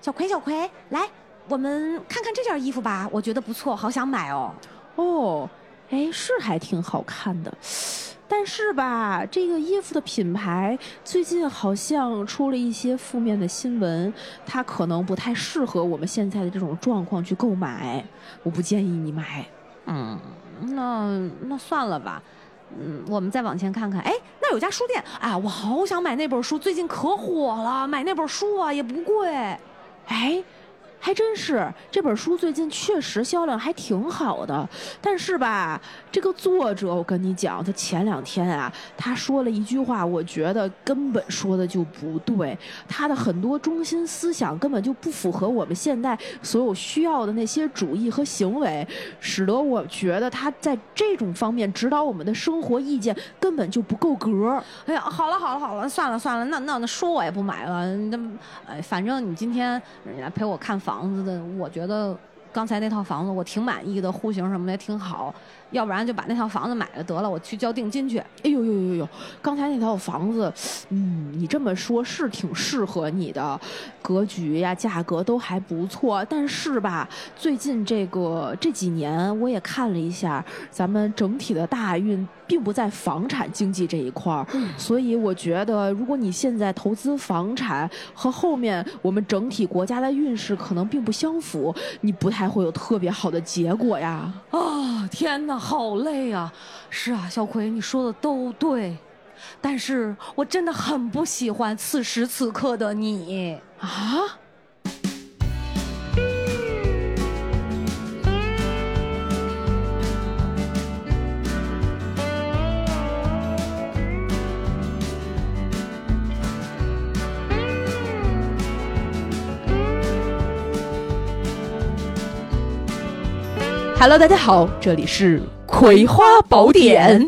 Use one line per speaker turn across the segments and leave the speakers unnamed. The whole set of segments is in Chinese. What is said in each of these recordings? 小葵，小葵，来，我们看看这件衣服吧，我觉得不错，好想买哦。
哦，哎，是还挺好看的，但是吧，这个衣服的品牌最近好像出了一些负面的新闻，它可能不太适合我们现在的这种状况去购买，我不建议你买。
嗯，那那算了吧。嗯，我们再往前看看。哎，那有家书店啊，我好想买那本书，最近可火了，买那本书啊也不贵。
哎，还真是，这本书最近确实销量还挺好的。但是吧，这个作者，我跟你讲，他前两天啊，他说了一句话，我觉得根本说的就不对。他的很多中心思想根本就不符合我们现在所有需要的那些主义和行为，使得我觉得他在这种方面指导我们的生活意见根本就不够格。
哎呀，好了好了好了，算了算了，那那那说我也不买了。那哎，反正你今天你来陪我看房子的，我觉得刚才那套房子我挺满意的，户型什么的也挺好。要不然就把那套房子买了得了，我去交定金去。
哎呦呦呦呦！刚才那套房子，嗯，你这么说是挺适合你的，格局呀、价格都还不错。但是吧，最近这个这几年我也看了一下，咱们整体的大运并不在房产经济这一块儿，所以我觉得，如果你现在投资房产和后面我们整体国家的运势可能并不相符，你不太会有特别好的结果呀。
啊、哦，天哪，好累啊！是啊，小葵，你说的都对，但是我真的很不喜欢此时此刻的你
啊。Hello，大家好，这里是《葵花宝典》，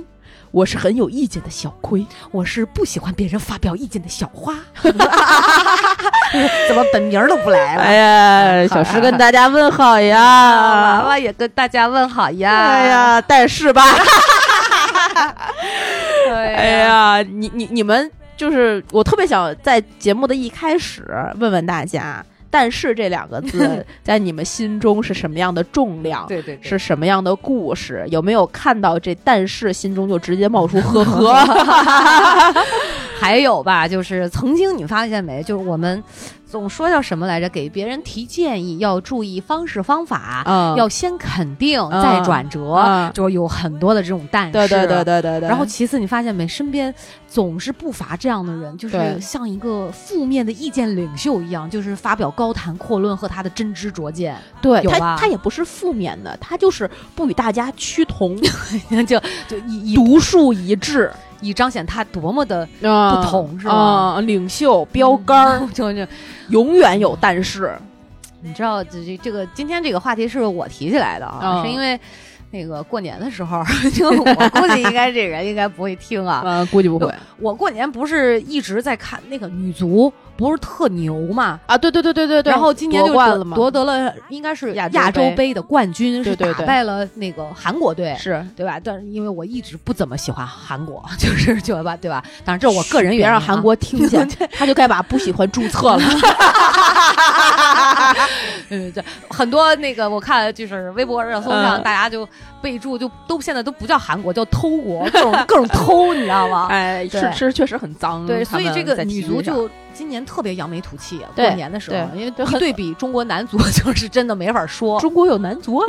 我是很有意见的小葵，
我是不喜欢别人发表意见的小花，怎么本名都不来了？
哎呀，小石跟大家问好呀，
娃娃也跟大家问好呀，
哎呀，但是吧，
哎
呀，你你你们就是我特别想在节目的一开始问问大家。但是这两个 字在你们心中是什么样的重量？
对,对对，
是什么样的故事？有没有看到这“但是”心中就直接冒出呵呵？
还有吧，就是曾经你发现没？就是我们总说叫什么来着？给别人提建议要注意方式方法，
嗯、
要先肯定、嗯、再转折，
嗯、
就有很多的这种但是。
对对对对对对。
然后其次你发现没？身边总是不乏这样的人，就是像一个负面的意见领袖一样，就是发表高谈阔论和他的真知灼见。
对
他，
他也不是负面的，他就是不与大家趋同，
就就以
独树一帜。
以彰显他多么的不同，
嗯、
是吧、
嗯？领袖标杆儿、
嗯， 就就
永远有但是。
你知道，这这个今天这个话题是我提起来的啊，是因为那个过年的时候， 就我估计应该这人应该不会听啊，
嗯，估计不会。
我过年不是一直在看那个女足，不是特牛嘛？
啊，对对对对对对。
然后今年就
冠了嘛，
夺得了应该是亚洲
杯
的冠军，
对对对
是打败了那个韩国队，
是
对吧？但是因为我一直不怎么喜欢韩国， 就是就吧，对吧？当然这我个人原因、啊，
别让韩国听 见，他就该把不喜欢注册了。
嗯，对，很多那个我看就是微博热搜
嗯
上，大家就备注就都现在都不叫韩国，叫偷国，各种 各种偷，你知道吗？
哎，嗯是是，确实很脏。
对，所以这个女足就今年特别扬眉吐气。啊过年的时候，因为一对比中国男足， 就是真的没法说。
中国有男足，啊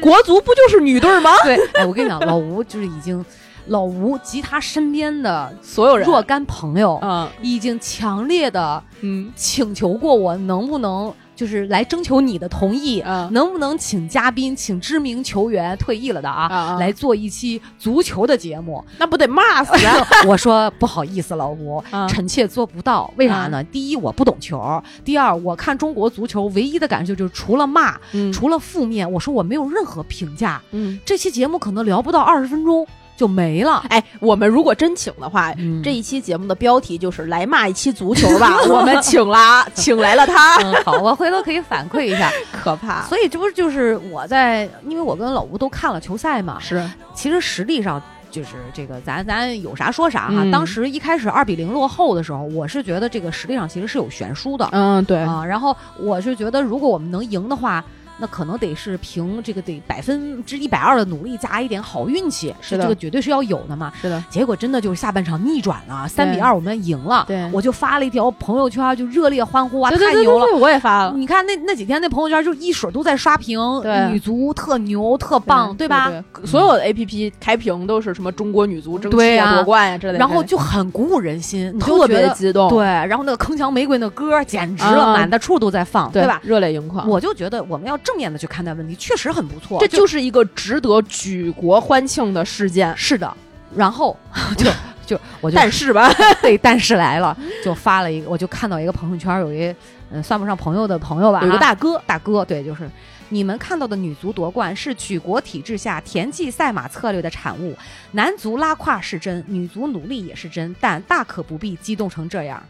国足不就是女队吗？
对，哎，我跟你讲，老吴就是已经。老吴及他身边的
所有人
若干朋友，
嗯，
已经强烈的
嗯
请求过我，能不能就是来征求你的同意，
嗯、
能不能请嘉宾，请知名球员退役了的啊，
嗯、
来做一期足球的节目？
那不得骂死、啊？
我说不好意思，老吴，嗯、臣妾做不到。为啥呢？第一，我不懂球；第二，我看中国足球唯一的感受就是除了骂，除了负面，我说我没有任何评价。
嗯，
这期节目可能聊不到二十分钟。就没了。
哎，我们如果真请的话，
嗯、
这一期节目的标题就是“来骂一期足球 吧”。我们请啦，请来了他。
嗯、好，我回头可以反馈一下。
可怕。
所以这不就是我在，因为我跟老吴都看了球赛嘛。
是。
其实实力上。就是这个咱咱有啥说啥哈。
嗯
当时一开始二比零落后的时候，我是觉得这个实力上其实是有悬殊的。
嗯，对，
啊，然后我是觉得，如果我们能赢的话，那可能得是凭这个得百分之一百二的努力加一点好运气，
是的
这个绝对是要有的嘛。
是的，
结果真的就是下半场逆转了，三比
对
二我们赢了。
对
我就发了一条朋友圈，就热烈欢呼啊，
对对
太
对
牛了！
对，我也发了，
你看那那几天那朋友圈就一水都在刷屏，
对
女足特牛特棒，
嗯对
吧？？
所有的 A P P 开屏都是什么中国女足争
对
气
呀
啊、夺冠呀之类的，
然后就很鼓舞人心，你就
特
觉
别
得
激动，
对，然后那个铿锵玫瑰那歌儿简直了，
啊
满大处都在放，
对
吧？
热泪盈眶。
我就觉得我们要正面的去看待问题，确实很不错。
这就是一个值得举国欢庆的事 件，
是的，然后 就就我就
但是 吧，
对，但是来了，就发了一个，我就看到一个朋友圈，有一嗯算不上朋友的朋友吧，
有一个
啊
大哥，
大哥，对，就是你们看到的女足夺冠是举国体制下田忌赛马策略的产物，男足拉胯是真，女足努力也是真，但大可不必激动成这样。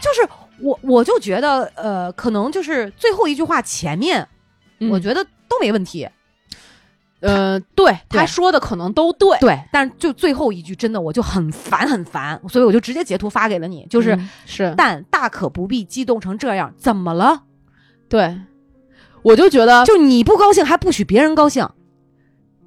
就是我，我就觉得，呃，可能就是最后一句话前面，我
我觉
觉得都没问题。
得，嗯呃，对，
对
他说的可能都对，
对，但就最后一句真的我就很烦很烦，所以我就直接截图发给了你，就是、
嗯是，
但大可不必激动成这样，怎么了？
对，我就觉得
就你不高兴还不许别人高兴，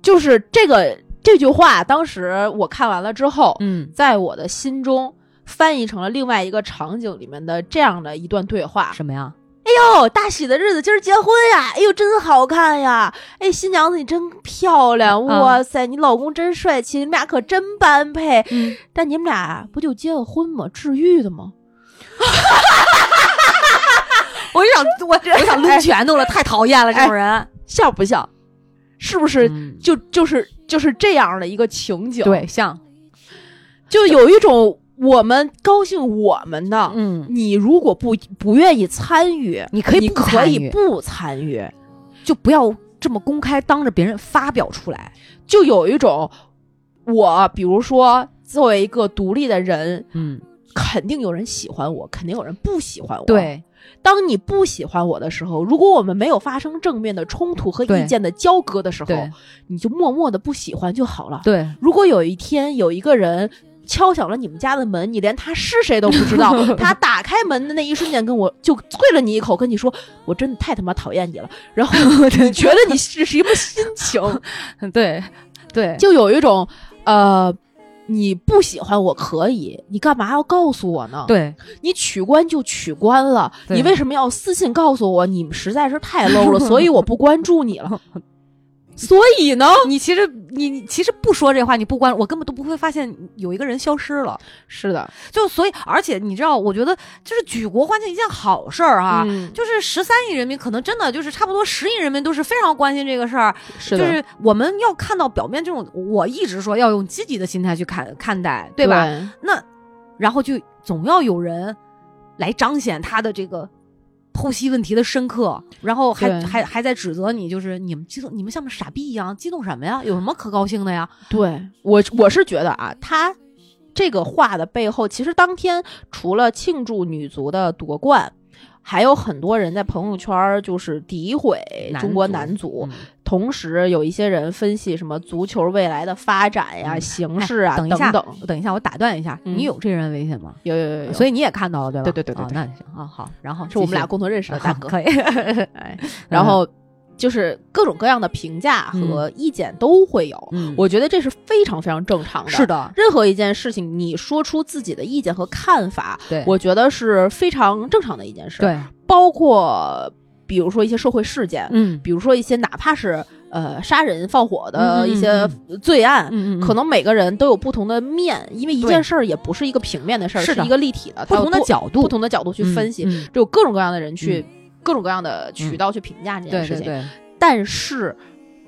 就是这个这句话，当时我看完了之后，
嗯，
在我的心中翻译成了另外一个场景里面的这样的一段对话：
什么呀？
哎呦，大喜的日子，今儿结婚呀！哎呦，真好看呀！哎，新娘子你真漂亮，
啊
哇塞，你老公真帅气，你们俩可真般配。
嗯，
但你们俩啊不就结个婚吗？至于的吗？
我就想我我 想抡拳头了，太讨厌了这种人，
像不像？是不是
嗯
就就是就是这样的一个情景？，
对，像
就有一种我们高兴我们的，
嗯，
你如果不不愿意参与，
你可以
你
不
可
参与
以不参与，
就不要这么公开当着别人发表出来，
就有一种我，比如说作为一个独立的人，
嗯，
肯定有人喜欢我，肯定有人不喜欢我。，
对，
当你不喜欢我的时候，如果我们没有发生正面的冲突和
对
意见的交割的时候
对，
你就默默的不喜欢就好了。
对，。
如果有一天有一个人。敲响了你们家的门，你连他是谁都不知道 他打开门的那一瞬间，跟我就啐了你一口，跟你说：“我真的太他妈讨厌你 了。”然后你觉得你是什么心情？
对，对，
就有一种呃，你不喜欢我可以，你干嘛要告诉我呢？，
对，
你取关就取关了，
对
你为什么要私信告诉我？你们实在是太 low 了，所以我不关注你了。所以呢，
你其实你你其实不说这话，你不关我根本都不会发现有一个人消失了。
是的
就所以，而且你知道，我觉得就是举国欢庆一件好事儿啊。
啊，
就是十三亿人民，可能真的就是差不多十亿人民都是非常关心这个事儿。
是
就
的，
是我们要看到表面这种，我一直说要用积极的心态去看看待，对
对
吧？？那然后就总要有人来彰显他的这个剖析问题的深刻，然后还
对
还还在指责你，就是你们激动，你们像个傻逼一样激动什么呀？有什么可高兴的呀？
对我我是觉得啊，他这个话的背后，其实当天除了庆祝女足的夺冠。还有很多人在朋友圈儿就是诋毁
男
中国
足
男足，
嗯
同时，有一些人分析什么足球未来的发展呀、
嗯
形式啊、
等一
等
下，
等。
等一下，我打断一下，
嗯
你有这人微信吗？
有有有有，
所
以
以你也看到了对吧？
对对对对
啊，
对
那就行啊，好，然后
是我们
继续
俩共 同认识的大哥。
可以，
哎，
嗯
然后就是各种各样的评价和意见都会有，
嗯
我觉得这是非常非常正常的。
是，的，
任何一件事情，你说出自己的意见和看法，
对
我觉得是非常正常的一件事。，
对，
包括比如说一些社会事件，
嗯
比如说一些哪怕是呃杀人放火
嗯嗯
的一些
嗯
罪案，
嗯
可能每个人都有不同的面，因为一
对
件事儿也不是一个平面的事儿，
是
是
的
一个立体的，
不
它有
同的
多
角度
不同的角度去分析，
嗯嗯
就有各种各样的人去、各种各样的渠道去评价这件
对
事
嗯对
情。
对，
但是，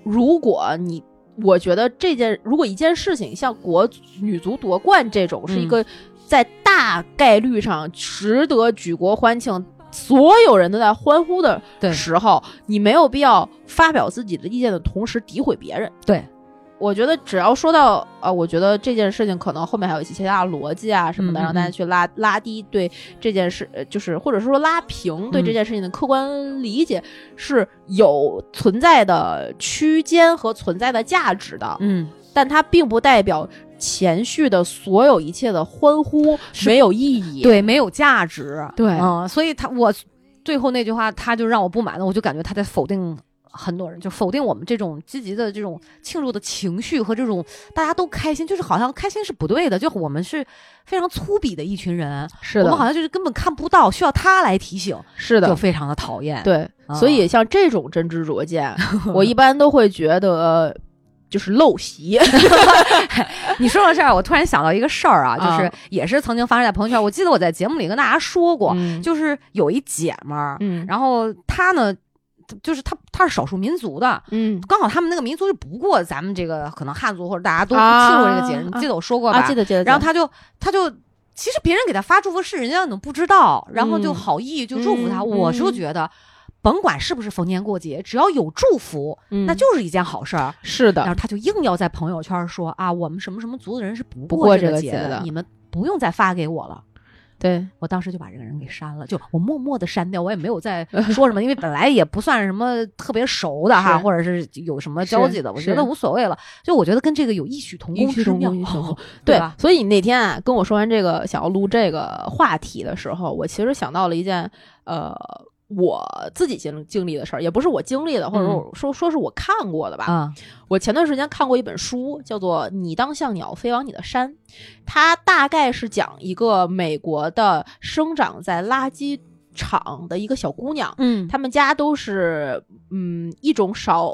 如果你我觉得这件，如果一件事情像国女足夺冠这种，
嗯
是一个在大概率上值得举国欢庆。所有人都在欢呼的
对
时候，你没有必要发表自己的意见的同时诋毁别人。
对，
我觉得只要说到呃，我觉得这件事情可能后面还有一些其他的逻辑啊什么的，
嗯嗯
让大家去拉拉低对这件事，呃就是或者说拉平对
嗯
这件事情的客观理解，是有存在的区间和存在的价值的，
嗯，
但它并不代表前续的所有一切的欢呼没有意义。，
对，没有价值，
对
嗯，所以他我最后那句话，他就让我不满了，我就感觉他在否定很多人，就否定我们这种积极的这种庆祝的情绪和这种大家都开心，就是好像开心是不对的，就我们是非常粗鄙的一群人，
是
我们好像就是根本看不到，需要他来提醒，
是
就
的，
非常的讨厌。，
对，
啊
所以像这种真知灼见，我一般都会觉得就是陋习。
你说到这儿，我突然想到一个事儿啊，就是
啊
也是曾经发生在朋友圈，我记得我在节目里跟大家说过，
嗯
就是有一姐们儿，
嗯
然后她呢，就是她她是少数民族的，
嗯
刚好他们那个民族就不过咱们这个可能汉族或者大家都不
啊
庆祝这个节日，
啊
你记得我说过吧？
啊，记得记得。
然后
他
他就他就其实别人给他发祝福是人家怎么不知道，然后就
嗯
好意就祝福他。
嗯
我就
嗯
觉得，甭管是不是逢年过节，只要有祝福，那就是一件好事儿。
嗯是的
然后，他就硬要在朋友圈说啊，我们什么什么族的人是不
不过
这
这个
节
节的
你们不用再发给我了。
对，
我当时就把这个人给删了，就我默默的删掉，我也没有 再说什么，因为本来也不算什么特别熟的哈，
是
或者是有什么交集的，
是
我觉得
是
无所谓了。就我觉得跟这个有异曲同
异
工
曲
之
同
妙
工，异曲同工
对
对
吧？
所以你那天啊跟我说完这个想要录这个话题的时候，我其实想到了一件呃我自己经经历的事儿，也不是我经历的，或
嗯
者说说说是我看过的吧。
啊，
我前段时间看过一本书，叫做《你当像鸟飞往你的山》，它大概是讲一个美国的生长在垃圾场的一个小姑娘。
嗯
他们家都是嗯一种少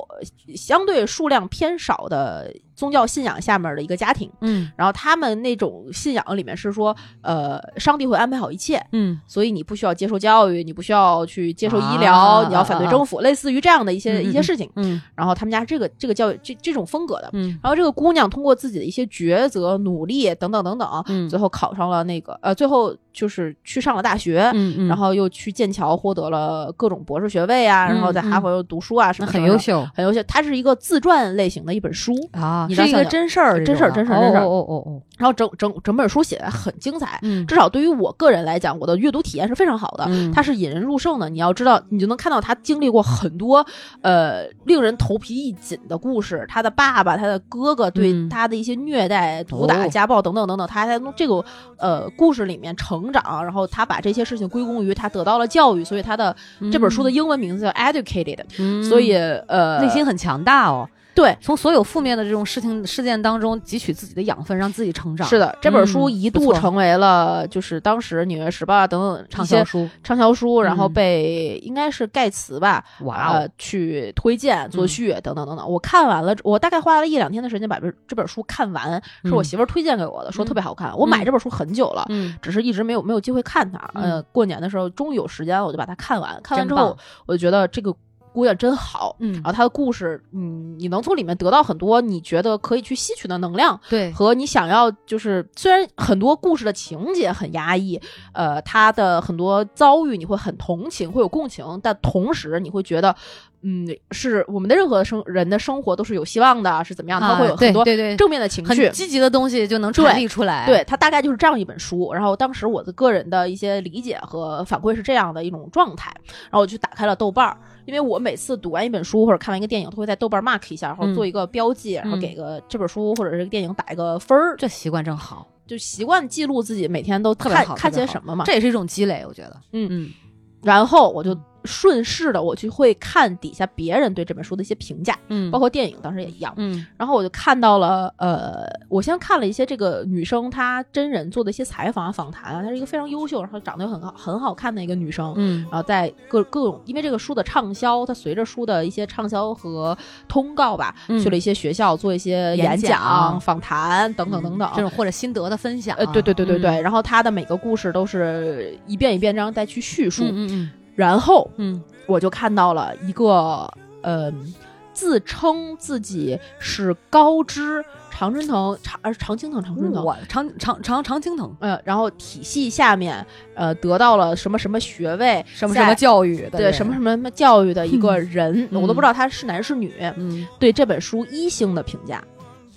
相对数量偏少的宗教信仰下面的一个家庭，
嗯
然后他们那种信仰里面是说，呃，上帝会安排好一切，
嗯
所以你不需要接受教育，你不需要去接受医疗，
啊
你要反对政府，类似于这样的一些、
嗯嗯
一些事情。
嗯
然后他们家这个这个教育这这种风格的，
嗯
然后这个姑娘通过自己的一些抉择、努力等等等等，
嗯
最后考上了那个呃，最后就是去上了大学，
嗯嗯
然后又去剑桥获得了各种博士学位啊，
嗯
然后在哈佛又读书啊，什
那
么
很
什么
优
的，
秀
很优秀。它是一个自传类型的一本书，
啊，
你
是
当
一
像
个
鸟
真事儿这种
真事儿
的，
真事儿
哦
真事儿
哦哦哦，
然后整整整本书写的很精彩，
嗯，
至少对于我个人来讲，我的阅读体验是非常好的。
嗯
它是引人入胜的，你要知道，你就能看到他经历过很多，呃，令人头皮一紧的故事。他的爸爸、他的哥哥对
嗯
他的一些虐待、毒打、
哦
家暴等等等等，他还在这个呃故事里面成长。然后他把这些事情归功于他得到了教育，所以他的这本书的英文名字叫《Educated》，
嗯，
所以呃，
内心很强大哦。
对。
从所有负面的这种事情事件当中汲取自己的养分，让自己成长。
是的，这本书
嗯
一
不
度
错
成为了就是当时《纽约时报》啊等等
畅
一些
销书，
畅销书，然后
嗯
被应该是盖茨吧，
哇
啊
哦，
去推荐、
嗯
作序等等等等。我看完了，我大概花了一两天的时间把这这本书看完，是我
嗯
媳妇儿推荐给我的，
嗯
说特别好看。我买这本书很久了，
嗯
只是一直没有没有机会看它。
嗯
呃，过年的时候终于有时间，我就把它看完。看完之
真
后啊
棒，
我就觉得这个姑娘真好。
嗯
然后她的故事，嗯，你能从里面得到很多你觉得可以去吸取的能量，
对，
和你想要就是，虽然很多故事的情节很压抑，呃，他的很多遭遇你会很同情，会有共情，但同时你会觉得，嗯，是我们的任何生人的生活都是有希望的，是怎么样的？他
啊
会有
对
很多
对对
正面的情绪，
很积极的东西就能传
对
递出来。
对，它大概就是这样一本书。然后当时我的个人的一些理解和反馈是这样的一种状态。然后我就打开了豆瓣儿，因为我每次读完一本书或者看完一个电影，都会在豆瓣儿 mark 一下，然后
嗯
做一个标记，然后
嗯
给个这本书或者是电影打一个分儿，
这习惯真好，
就习惯记录自己每天都
特别
看
好
看
特别
些
好
什么嘛。
这也是嗯一种积累，我觉得。
嗯
嗯
然后我就顺势的我去会看底下别人对这本书的一些评价，
嗯，
包括电影当时也一样。
嗯
然后我就看到了，呃，我先看了一些这个女生她真人做的一些采访啊、访谈啊，她是一个非常优秀，然后长得又很好、很好看的一个女生。
嗯
然后在各各种，因为这个书的畅销，它随着书的一些畅销和通告吧，
嗯
去了一些学校做一些
演
演
讲嗯
访谈等等等等。
这种或者心得的分享啊。
呃，对对对对对，
嗯，
然后她的每个故事都是一遍一遍这样再去叙述。
嗯嗯
然后
嗯
我就看到了一个呃，自称自己是高知常春藤常呃常青藤常春
嗯，
藤。
我常常常常青藤
呃，然后体系下面，呃，得到了什么什么学位，
什么什么
在
教育的
对
人
什么什么什么教育的一个人，
嗯
我都不知道他是男是女，
嗯
对这本书一星的评价，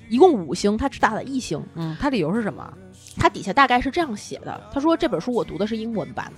一共五星，他只打了一星。
嗯，他理由是什么？
他底下大概是这样写的：他说这本书我读的是英文版，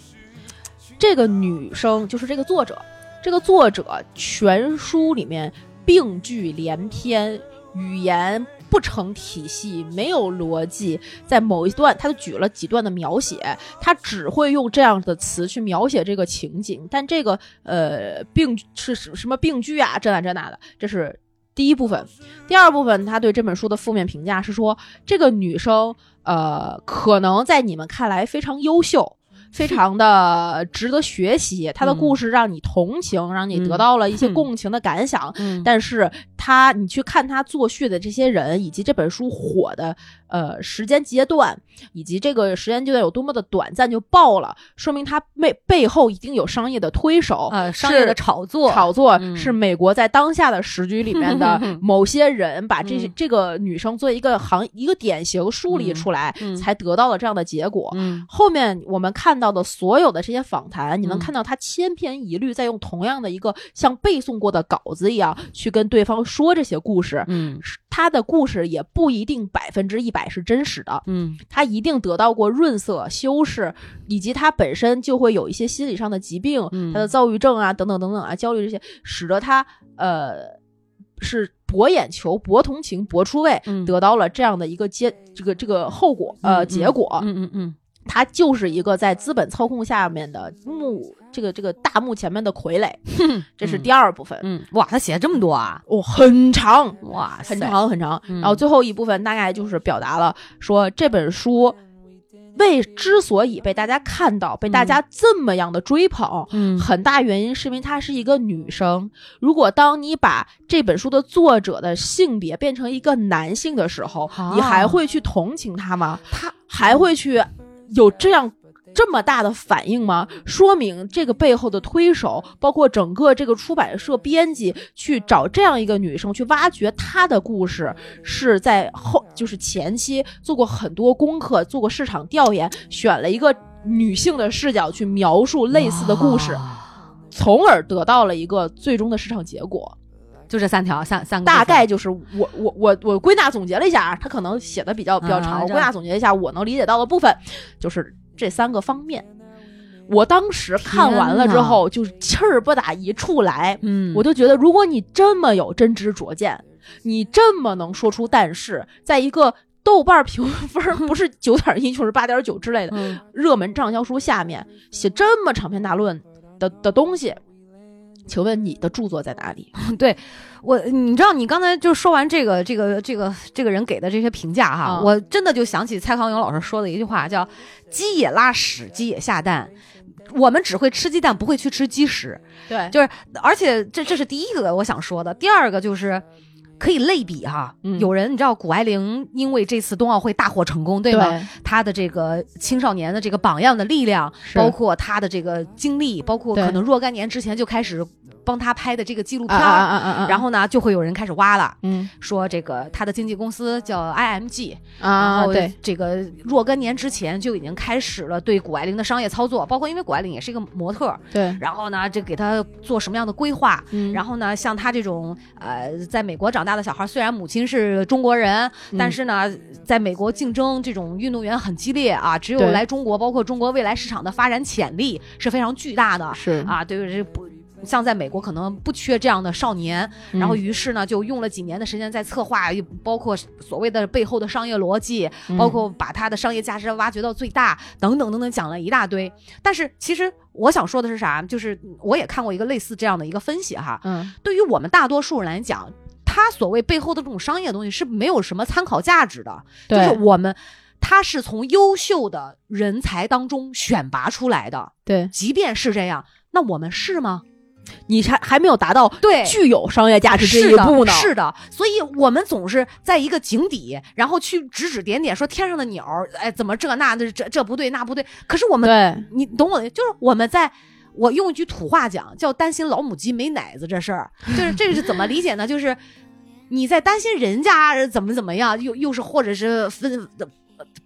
这个女生就是这个作者，这个作者全书里面病句连篇，语言不成体系，没有逻辑。在某一段，他就举了几段的描写，他只会用这样的词去描写这个情景，但这个呃病是什什么病句啊，这那这那的，这是。第一部分，第二部分，他对这本书的负面评价是说，这个女生呃，可能在你们看来非常优秀，非常的值得学习。她的故事让你同情，让你得到了一些共情的感想。
嗯
但是她，你去看她作序的这些人，以及这本书火的呃时间阶段，以及这个时间阶段有多么的短暂就爆了，说明她背背后一定有商业的推手。
呃，商业的
是
炒作，
炒作
嗯
是美国在当下的时局里 面的某些人把这些
嗯
这个女生做一个行一个典型梳理出来
嗯嗯，
才得到了这样的结果。
嗯
后面我们看到的所有的这些访谈，你能
嗯
看到他千篇一律在用同样的一个像背诵过的稿子一样去跟对方说这些故事。
嗯
是他的故事也不一定百分之一百是真实的，
嗯
他一定得到过润色、修饰，以及他本身就会有一些心理上的疾病，
嗯
他的躁郁症啊，等等等等啊，焦虑这些，使得他呃是博眼球、博同情、博出位，
嗯
得到了这样的一个结这个这个后果呃、
嗯
结果，
嗯嗯嗯
他就是一个在资本操控下面的幕这个这个大幕前面的傀儡，
哼，
这是第二部分。
嗯，哇，他写这么多啊，
哦，很长，
哇塞，
很长很长。
嗯
然后最后一部分大概就是表达了说这本书为之所以被大家看到，被大家这么样的追捧。
嗯，
很大原因是因为她是一个女生。如果当你把这本书的作者的性别变成一个男性的时候，
啊
你还会去同情他吗？
他
还会去有这样这么大的反应吗？说明这个背后的推手，包括整个这个出版社编辑去找这样一个女生去挖掘她的故事，是在后就是前期做过很多功课，做过市场调研，选了一个女性的视角去描述类似的故事，
哇
从而得到了一个最终的市场结果。
嗯就这三条，三三个
大
部分
概就是我我我我归纳总结了一下啊，他可能写的比较比较
啊
长，
这
我归纳总结一下我能理解到的部分，就是这三个方面。我当时看完了之后，就是气儿不打一处来，
嗯，
我就觉得，如果你这么有真知灼见，你这么能说出但是，在一个豆瓣评分不是九点一就是八点九之类的
嗯
热门畅销书下面写这么长篇大论的的东西，请问你的著作在 哪里？
对我，你知道你刚才就说完这个这个这个这个人给的这些评价哈，
嗯
我真的就想起蔡康永老师说的一句话，叫“鸡也拉屎，鸡也下蛋”。我们只会吃鸡蛋，不会去吃鸡食。
对
就是，而且这这是第一个我想说的，第二个就是。可以类比哈，
嗯
有人你知道谷爱凌因为这次冬奥会大获成功，对吗？她的这个青少年的这个榜样的力量，
是
包括她的这个经历，包括
对
可能若干年之前就开始帮她拍的这个纪录片
啊
儿，
啊啊啊啊！
然后呢，就会有人开始挖了，
嗯
说这个他的经纪公司叫 IMG，、然
啊
后
对，
这个若干年之前就已经开始了对谷爱凌的商业操作，包括因为谷爱凌也是一个模特儿，
对，
然后呢，这给她做什么样的规划。
嗯
然后呢，像她这种呃，在美国长大的小孩，虽然母亲是中国人，
嗯
但是呢，在美国竞争这种运动员很激烈啊，只有
对
来中国，包括中国未来市场的发展潜力是非常巨大的
是，
啊。对，这不像在美国可能不缺这样的少年，
嗯
然后于是呢，就用了几年的时间在策划，又包括所谓的背后的商业逻辑，
嗯
包括把它的商业价值挖掘到最大，等等等等，讲了一大堆。但是其实我想说的是啥？就是我也看过一个类似这样的一个分析哈，
嗯
对于我们大多数人来讲，他所谓背后的这种商业东西是没有什么参考价值的，就
对
是我们。他是从优秀的人才当中选拔出来的，
对，
即便是这样，那我们是吗？
你还还没有达到
对，
具有商业价值这
是
一
的，
步呢，
是的，所以我们总是在一个井底，然后去指指点点，说天上的鸟儿，哎，怎么这那的这这不对那不对。可是我们，
对，
你懂我的，就是我们在。我用一句土话讲，叫担心老母鸡没奶子这事儿，就是这个是怎么理解呢？就是你在担心人家怎么怎么样，又又是或者是分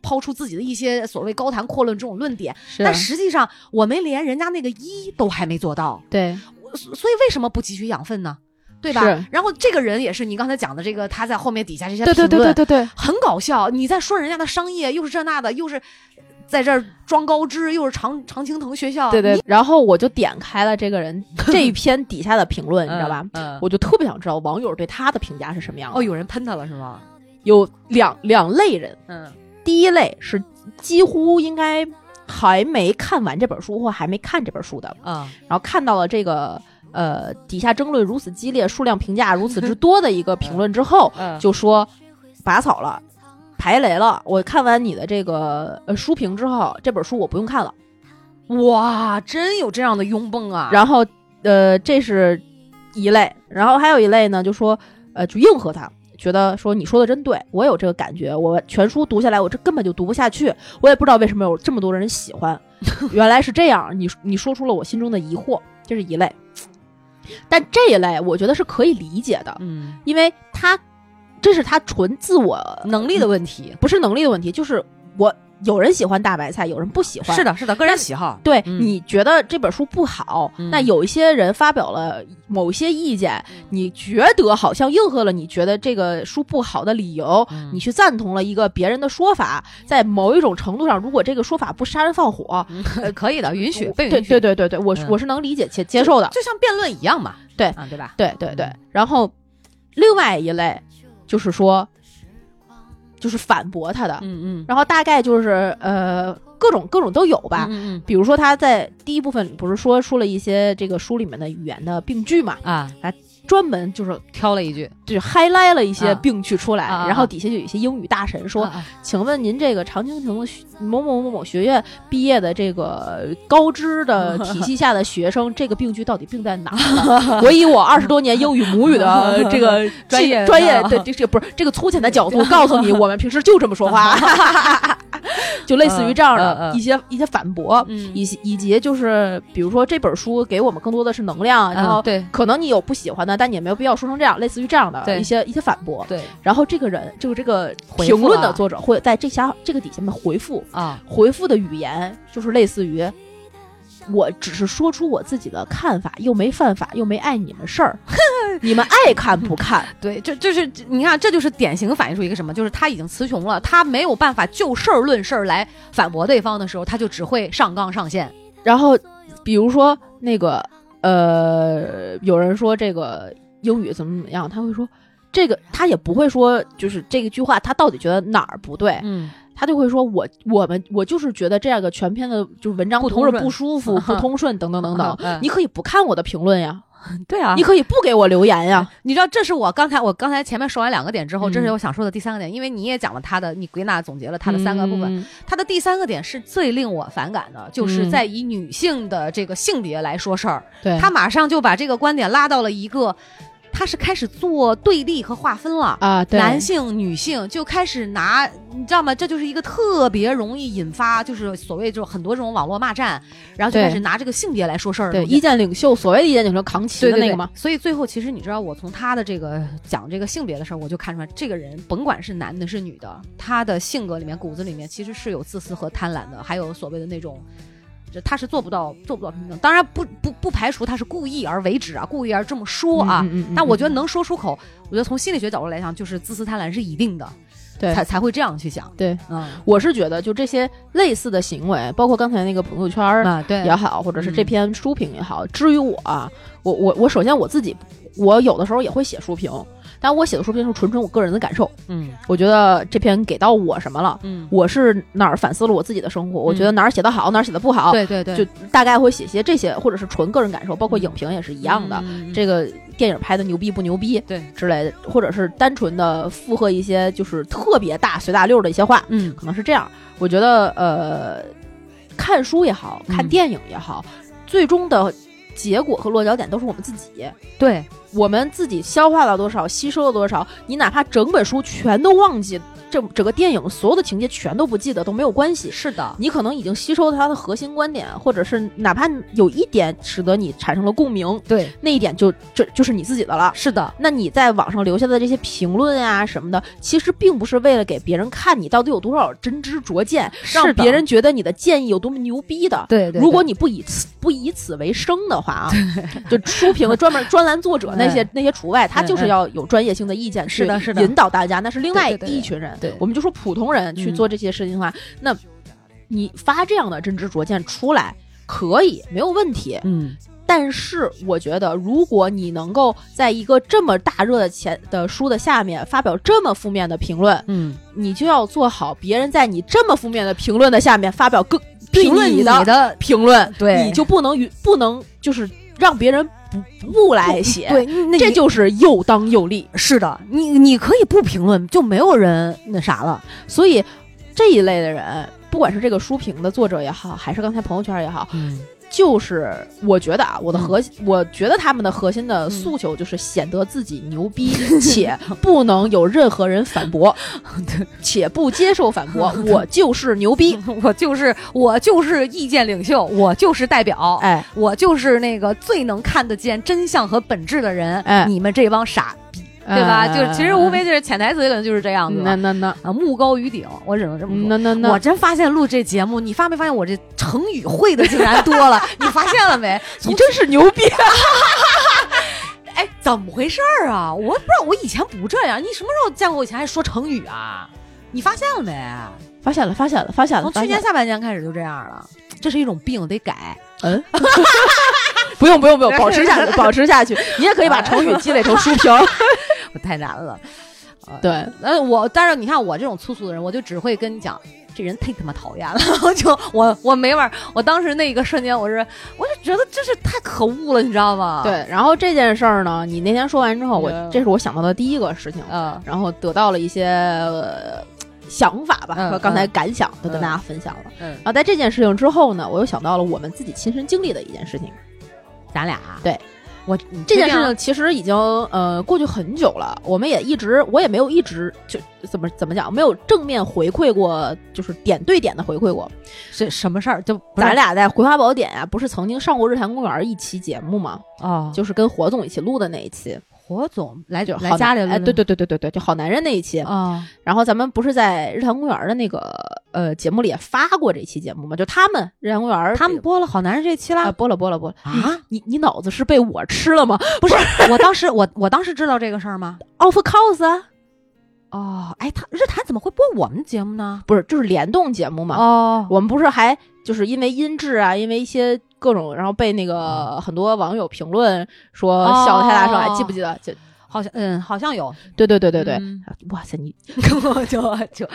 抛出自己的一些所谓高谈阔论这种论点，但
是啊
实际上我们连人家那个一都还没做到。
对，
所所以为什么不汲取养分呢？对吧
是？
然后这个人也是你刚才讲的这个，他在后面底下这些
对对对
评论哦
对对对，
很搞笑。你在说人家的商业，又是这那的，又是在这儿装高知，又是常常青藤学校，
对对，然后我就点开了这个 人这一篇底下的评论，你知道吧？
嗯？嗯
我就特别想知道网友对他的评价是什么样的。
哦，有人喷他了是吗？
有两两类人，
嗯
第一类是几乎应该还没看完这本书或还没看这本书的，
啊，
然后看到了这个呃底下争论如此激烈、数量评价如此之多的一个评论之后，
嗯
就说拔草了。排雷了！我看完你的这个呃书评之后，这本书我不用看了。
哇，真有这样的拥趸啊！
然后呃，这是一类，然后还有一类呢，就说呃，就应和他，觉得说你说的真对，我有这个感觉，我全书读下来，我这根本就读不下去，我也不知道为什么有这么多人 喜欢，原来是这样，你你说出了我心中的疑惑，这是一类，但这一类我觉得是可以理解的，
嗯，
因为他这是他纯自我，
能力的问题。
不是能力的问题，就是我有人喜欢大白菜，有人不喜欢，
是的，是的，个人喜好。
对、
嗯
你觉得这本书不好，
嗯
那有一些人发表了某些意见，你觉得好像应和了你觉得这个书不好的理由，
嗯
你去赞同了一个别人的说法，在某一种程度上，如果这个说法不杀人放火，
呃 可 以的，允许
我
被
嗯对
允许，
对对对对，我是、
嗯
我是能理解且接受的，
就像辩论一样嘛。
对
啊，对吧？
对对对。然后另外一类就是说，就是反驳他的，
嗯嗯，
然后大概就是呃各种各种都有吧，
嗯
比如说他在第一部分不是说出了一些这个书里面的语言的病句嘛，
嗯啊，
专门就是
挑了一句
就是 highlight 了一些
啊
病句出来，
啊啊啊
然后底下就有一些英语大神说，
啊啊
请问您这个常青藤的学某某某某学院毕业的这个高知的体系下的学生，这个病句到底病在哪儿 呢？我以我二十多年英语母语的这个
专业
技专业
啊
的这这不是这个粗浅的 角度告诉你，我们平时就这么说话， 就类似于这
嗯
样
嗯
的
嗯
一些一些反驳。
嗯
以及以及就是，比如说这本书给我们更多的是能量，然后
啊对
可能你有不喜欢的，但你也没有必要说成这样，类似于这样的
对
一些一些反驳。
对
然后这个人就是这个
回复啊
评论的
了
作者会在这下这个底下面回复，
啊，
回复的语言就是类似于。我只是说出我自己的看法，又没犯法，又没碍你们 事儿，你们爱看不看？
对，就就是你看，这就是典型反映出一个什么，就是他已经词穷了，他没有办法就事儿论事儿来反驳对方的时候，他就只会上纲上线。
然后，比如说那个呃，有人说这个英语怎么怎么样，他会说这个，他也不会说就是这个句话他到底觉得哪儿不对，
嗯，
他就会说我我们我就是觉得这样个全篇的就是文章
不
读
通
着
顺
不舒服、不通顺等等等等。
嗯
你可以不看我的评论呀，
对啊嗯
你可以不给我留言呀。
你知道，这是我刚才我刚才前面说完两个点之后，
嗯
这是我想说的第三个点，因为你也讲了他的，你归纳总结了他的三个部分。
嗯
他的第三个点是最令我反感的，就是
嗯
在以女性的这个性别来说事儿，
对
他马上就把这个观点拉到了一个，他是开始做对立和划分了。
啊，对
男性、女性就开始拿，你知道吗？这就是一个特别容易引发，就是所谓就是很多这种网络骂战，然后就
对
开始拿这个性别来说事儿。
对意见领袖，所谓的意见领袖扛旗
对
的
对
那
对
个吗？
所以最后其实你知道，我从他的这个讲这个性别的事儿，我就看出来，这个人甭管是男的是女的，他的性格里面骨子里面其实是有自私和贪婪的，还有所谓的那种。这他是做不到做不到平等，当然不不不排除他是故意而为之啊，故意而这么说啊。
嗯嗯嗯嗯
但我觉得能说出口，我觉得从心理学角度来讲，就是自私贪婪是一定的，
对
才才会这样去想。
对，
嗯
我是觉得就这些类似的行为，包括刚才那个朋友圈儿
啊，对
也好，或者是这
嗯
篇书评也好。至于我啊，我我我首先我自己，我有的时候也会写书评，但我写的书评是纯纯我个人的感受，
嗯
我觉得这篇给到我什么了。
嗯，
我是哪儿反思了我自己的生活，我觉得哪儿写得好，哪儿写得不好，
对对对，
就大概会写些这些，或者是纯个人感受，包括
嗯
影评也是一
一
样的。这个电影拍的牛逼不牛逼
嗯对，
之类的，或者是单纯的附和一些就是特别大随大溜儿的一些话，
嗯
可能是这样。我觉得呃，看书也好看
嗯
电影也好，最终的结果和落脚点都是我们自己。
对
我们自己消化了多少，吸收了多少，你哪怕整本书全都忘记这整个电影所有的情节全都不记得都没有关系。
是的，
你可能已经吸收它的核心观点，或者是哪怕有一点使得你产生了共鸣，
对，
那一点就这就是你自己的了。
是的，
那你在网上留下的这些评论啊什么的，其实并不是为了给别人看你到底有多少真知灼见，
是的
让别人觉得你的建议有多么牛逼的。
对对。
如果你不以此不以此为生的话啊，就书评的 专门专栏作者那些那些除外，他就是要有专业性的意见，
是的是的
引导大家，那是另外
对对对
一群人。
对
我们就说普通人去
嗯
做这些事情的话，那你发这样的真知灼见出来可以没有问题，
嗯，
但是我觉得，如果你能够在一个这么大热的前的书的下面发表这么负面的评论，
嗯，
你就要做好别人在你这么负面的评论的下面发表更
对
评论
你
的
的
评论，
对
你就不能与不能就是让别人不不来写，
对，那
这
你
就是又当又立。
是的，你你可以不评论，就没有人那啥了。
所以这一类的人，不管是这个书评的作者也好，还是刚才朋友圈也好，
嗯，
就是我觉得啊，我的
嗯
核心，我觉得他们的核心的诉求就是显得自己牛 逼，且不能有任何人反驳，且不接受反 驳，我就是牛逼。
我就是我就是意见领袖，我就是代表，
哎，
我就是那个最能看得见真相和本质的人。
哎
你们这帮傻，对吧？就是其实无非就是潜台词，可能就是这样子
那
吧。
那那
啊，目高于顶，我只能这么说。
那那那，
我真发现录这节目，你发没发现我这成语会的竟然多了？ 你发现了没？
你真是牛 逼！
哎，怎么回事儿啊？我不知道，我以前不这样。你什么时候见过我以前还说成语啊？你发现了没？
发现了，发现了，发现了。
从
发
去
现
年
了
下半年开始就这样了，这是一种病，得改。
嗯， 不用不用 不用，保持下去，保持下去。你也可以把成语积累成书 评。
我太难了。呃
对，
呃，我但是你看我这种粗俗的人，我就只会跟你讲，这人太他妈讨厌了， 我就我我没法儿，我当时那一个瞬间，我是我就觉得真是太可恶了，你知道吗？，
对，然后这件事儿呢，你那天说完之后，我
嗯
这是我想到的第一个事情，
嗯
然后得到了一些、呃想法吧，
嗯
和刚才感想都
嗯
跟大家分享了。
嗯，
然后在这件事情之后呢，我又想到了我们自己亲身经历的一件事情。
咱俩
对
我
这件事情其实已经呃过去很久了，我们也一直我也没有一直就怎么怎么讲，没有正面回馈过，就是点对点的回馈过。
是什么事儿？就不是
咱俩在《葵花宝典》啊，不是曾经上过《日坛公园》一期节目吗？
哦，
就是跟火总一起录的那一期，
火总来
就
来
好
家里
男哎，对对对对对对，就好男人那一期。
啊，
然后咱们不是在日坛公园的那个呃节目里也发过这期节目吗？就他们日坛公园，
他们播了《好男人》这期
啊
啦。
播了播了播了
啊！
你你脑子是被我吃了吗？
不是，我当时我我当时知道这个事儿吗？
Of course 啊，
哦，哎，他日坛怎么会播我们节目呢？
不是，就是联动节目嘛。
哦，
我们不是还就是因为音质啊，因为一些各种，然后被那个很多网友评论说
嗯哦
笑得太大声，哎记不记得？就
好像嗯，好像有，
对对对对对。
嗯
哇塞，你
我 就就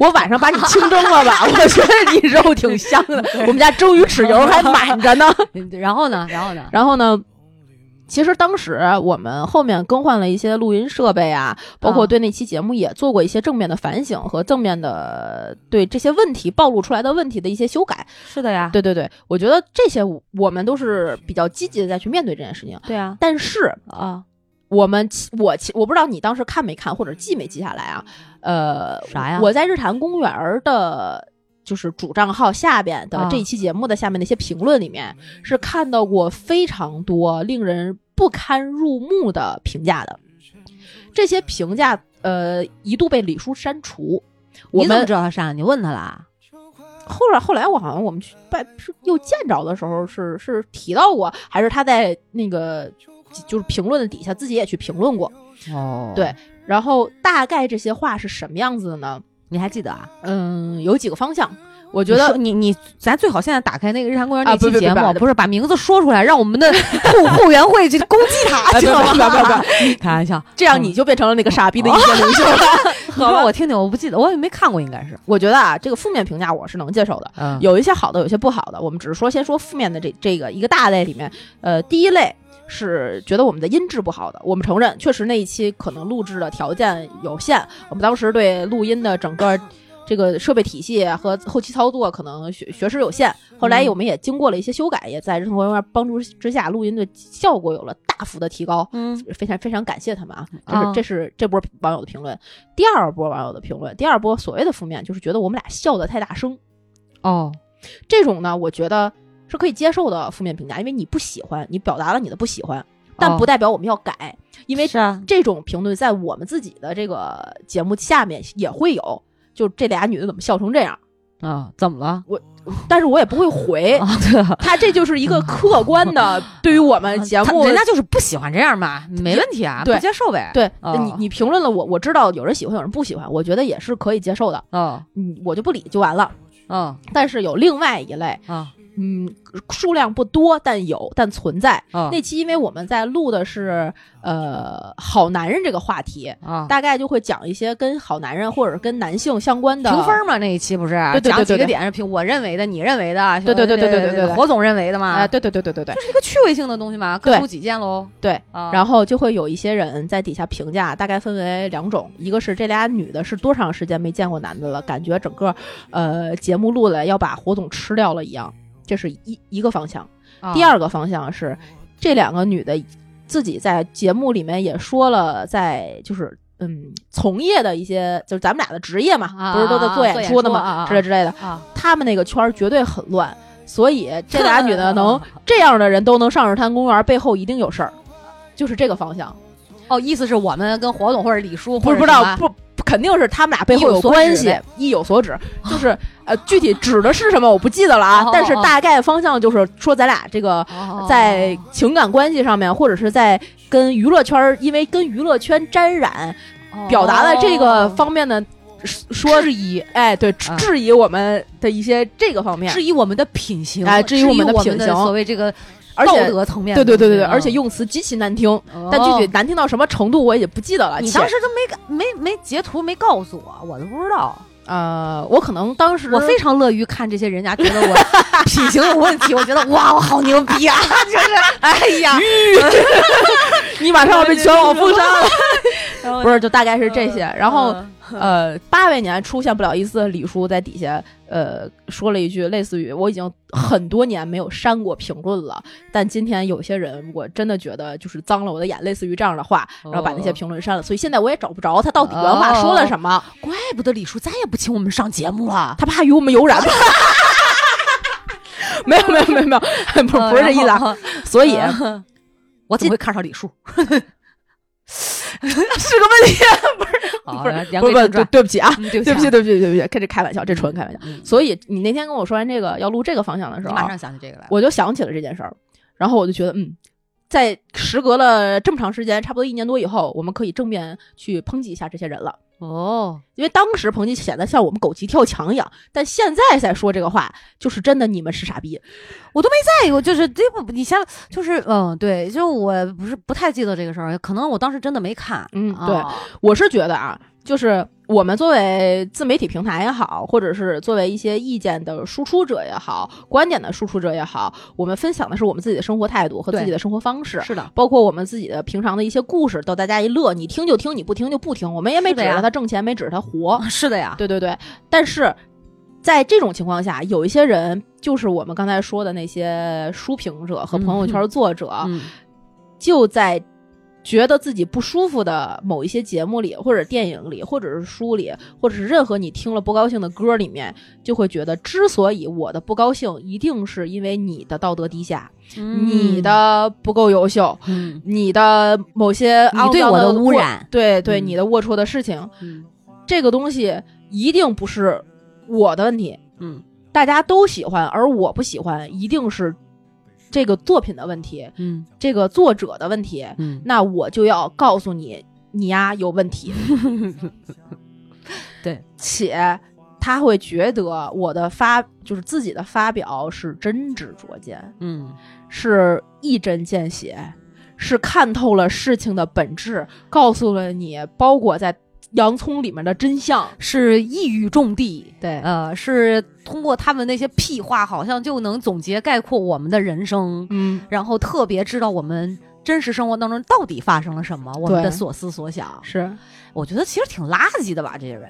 我晚上把你 清蒸了吧？我觉得你肉挺 香 的，我们家蒸鱼豉油还满着呢。
然后呢，然后呢，
然后呢，其实当时我们后面更换了一些录音设备啊，包括对那期节目也做过一些正面的反省和正面的对这些问题暴露出来的问题的一些修改。
是的呀，
对对对，我觉得这些我我们都是比较积极的再去面对这件事情。
对呀，
但是
啊，
我们其我其我不知道你当时看没看或者记没记下来啊？呃，
啥呀
我在日坛公园儿的。就是主账号下边的
啊
这一期节目的下面的一些评论里面，是看到过非常多令人不堪入目的评价的。这些评价呃一度被李叔删除。我
你怎么
们
知道他删了？你啊问他啦？
后来后来我好像我们去拜是又见着的时候是是提到过，还是他在那个就是评论的底下自己也去评论过。
哦
对，然后大概这些话是什么样子的呢？
你还记得啊？
嗯，有几个方向，我
我
觉得
你你咱最好现在打开那个日坛公园
啊
那期
不不不
节
不
目，
不
不是把名字说出来，让我们的 后后援会去攻击他，知道
啊不要不要
吗？ 开玩笑，
这样你就变成了那个傻逼的意见 领袖了。
你说我听听，我不记得，我也没看过，应该是，
我觉得啊，这个负面评价我是能接受的，
嗯
有一些好的，有一些不好的。我们只是说先说负面的这这个一个大类里面，呃，第一类。是觉得我们的音质不好的，我们承认， 确实那一期可能录制的条件有限，我们当时对录音的整个这个设备体系和后期操作可能学学识有限。后来我们也经过了一些修改，也在日同公园帮助之下，录音的效果有了大幅的提高。
嗯
非常非常感谢他们啊！这
啊
是这是这波网友的评论，第二波网友的评论，第二波所谓的负面就是觉得我们俩笑得太大声，
哦，
这种呢，我觉得是可以接受的负面评价，因为你不喜欢，你表达了你的不喜欢，但
哦
不代表我们要改，因为
是啊，
这种评论在我们自己的这个节目下面也会有，就这俩女的怎么笑成这样，
啊，怎么了？
但是我也不会 回。
啊，对，
他这就是一个客观 的，对于我们节
他
目，
嗯人家就是不喜欢这样嘛，没问题啊，
对
不接受呗。，
对、
哦
你，你评论了我，我知道有人喜欢，有人不喜欢，我觉得也是可以接受的，
哦
嗯，我就不理就完了。
哦
但是有另外一类，
哦
嗯，数量不多，但有，但存在。
哦，
那期因为我们在录的是呃好男人这个话题，
啊，
大概就会讲一些跟好男人或者跟男性相关的
评分嘛，那一期不是
对对对
讲几
对对
个点是评我认为的，你认为的，
对对对对对对对对
火总认为的嘛，
啊，对对对对对对
这。是一个趣味性的东西嘛，各
对
抒己见喽。
对
啊，
然后就会有一些人在底下评价，大概分为两种，一个是这俩女的是多长时间没见过男的了，感觉整个呃节目录了要把火总吃掉了一样，这是一一个方向。
后
第，二个方向是，这两个女的自己在节目里面也说了，在就是嗯从业的一些，就是咱们俩的职业嘛，
啊
不是都在做演出的嘛，
啊啊啊
之类之类的。
啊，
他们那个圈儿绝对很乱，所以这俩女 的能这样的人都能上日坛公园，背后一定有事儿，就是这个方向。
哦，意思是我们跟火总或者李叔
不
或
是
者
不知道
什么
不。不肯定是他们俩背后
意有
有
所指
关系
呗，
意有所 指，就是呃，具体指的是什么我不记得了
哦哦
啊
哦，
但是大概方向就是说咱俩这个
哦
在情感关系上面，或者是在跟娱乐圈儿，因为跟娱乐圈沾染，
哦
表达了这个方面的哦说质疑，哎，对，
啊
质疑我们的一些这个方面，
质疑我们的品行，
哎质疑我
我
们的品行
所谓这个
而
道
且
德层面
对
的
对
东西，
对对对，
嗯
而且，用词极其难听，
哦
但具体难听到什么程度我也不记得了。
你
且
当时都没敢没没截图没告诉我，我都不知道。
呃，我可能当时
我 非常乐于看这些人家觉得我 品行有问题，我觉得哇，我好牛逼啊！就是哎呀，
你马上要被全网封杀了，
然后
不是，就大概是这些。然后
嗯
呃，八百年出现不了一次的李叔在底下呃说了一句类似于“我已经很多年没有删过评论了，但今天有些人我真的觉得就是脏了我的眼”，类似于这样的话，然后把那
哦
些评论删了。所以现在我也找不着他到底原话说了什么，
怪不得李叔再也不请我们上节目了。
他怕与我们有染。 没有没有没有没有，不 是不是这意思啊。
啊，
所以
然后 我嗯怎么会看上李 叔？
是个问题，
啊
不是
原来
不
言归
是
正
对
传，
对不起啊，
嗯对
对不
起
起
啊，
对不起对不起，开这开玩笑，这纯开玩笑。
嗯
所以你那天跟我说完这个要录这个方向的时
你
候，啊
马上想起这个来了。
我就想起了这件事儿，然后我就觉得，嗯，在时隔了这么长时间，差不多一年多以后，我们可以正面去抨击一下这些人了。
哦，
因为当时抨击显得像我们狗急跳墙一样，但现在再说这个话，就是真的你们是傻逼。
我都没在哎意，我就是这不，你先就是嗯，对，就是我不是不太记得这个事儿，可能我当时真的没看。
嗯
啊
对，我是觉得啊，就是我们作为自媒体平台也好，或者是作为一些意见的输出者也好，观点的输出者也好，我们分享的是我们自己的生活态度和自己
对
的生活方式。
是的，
包括我们自己的平常的一些故事，逗大家一乐，你听就听，你不听就不听。我们也没
是
指
的呀
着他挣钱，没指着他活。
哦是的呀，
对对对，但是在这种情况下，有一些人就是我们刚才说的那些书评者和朋友圈作者，
嗯，
就在觉得自己不舒服的某一些节目里，或者电影里，或者是书里，或者是任何你听了不高兴的歌里面，就会觉得，之所以我的不高兴，一定是因为你的道德低下，你的不够优秀，
嗯，
你的某些
你对
肮脏
我
的
的污
龌，
染，
对对，
嗯
你的龌龊的事情，
嗯
这个东西一定不是我的问题，
嗯
大家都喜欢，而我不喜欢，一定是这个作品的问题，
嗯
这个作者的问题。
嗯，
那我就要告诉你，你呀有问题。
对，
且他会觉得我的发就是自己的发表是真知灼见，
嗯
是一针见血，是看透了事情的本质，告诉了你包裹在洋葱里面的真相。
是一语中的。
对
呃，是通过他们那些屁话，好像就能总结概括我们的人生，
嗯，
然后特别知道我们真实生活当中到底发生了什么，我们
对
的所思所想，
是，
我觉得其实挺垃圾的吧，这些人，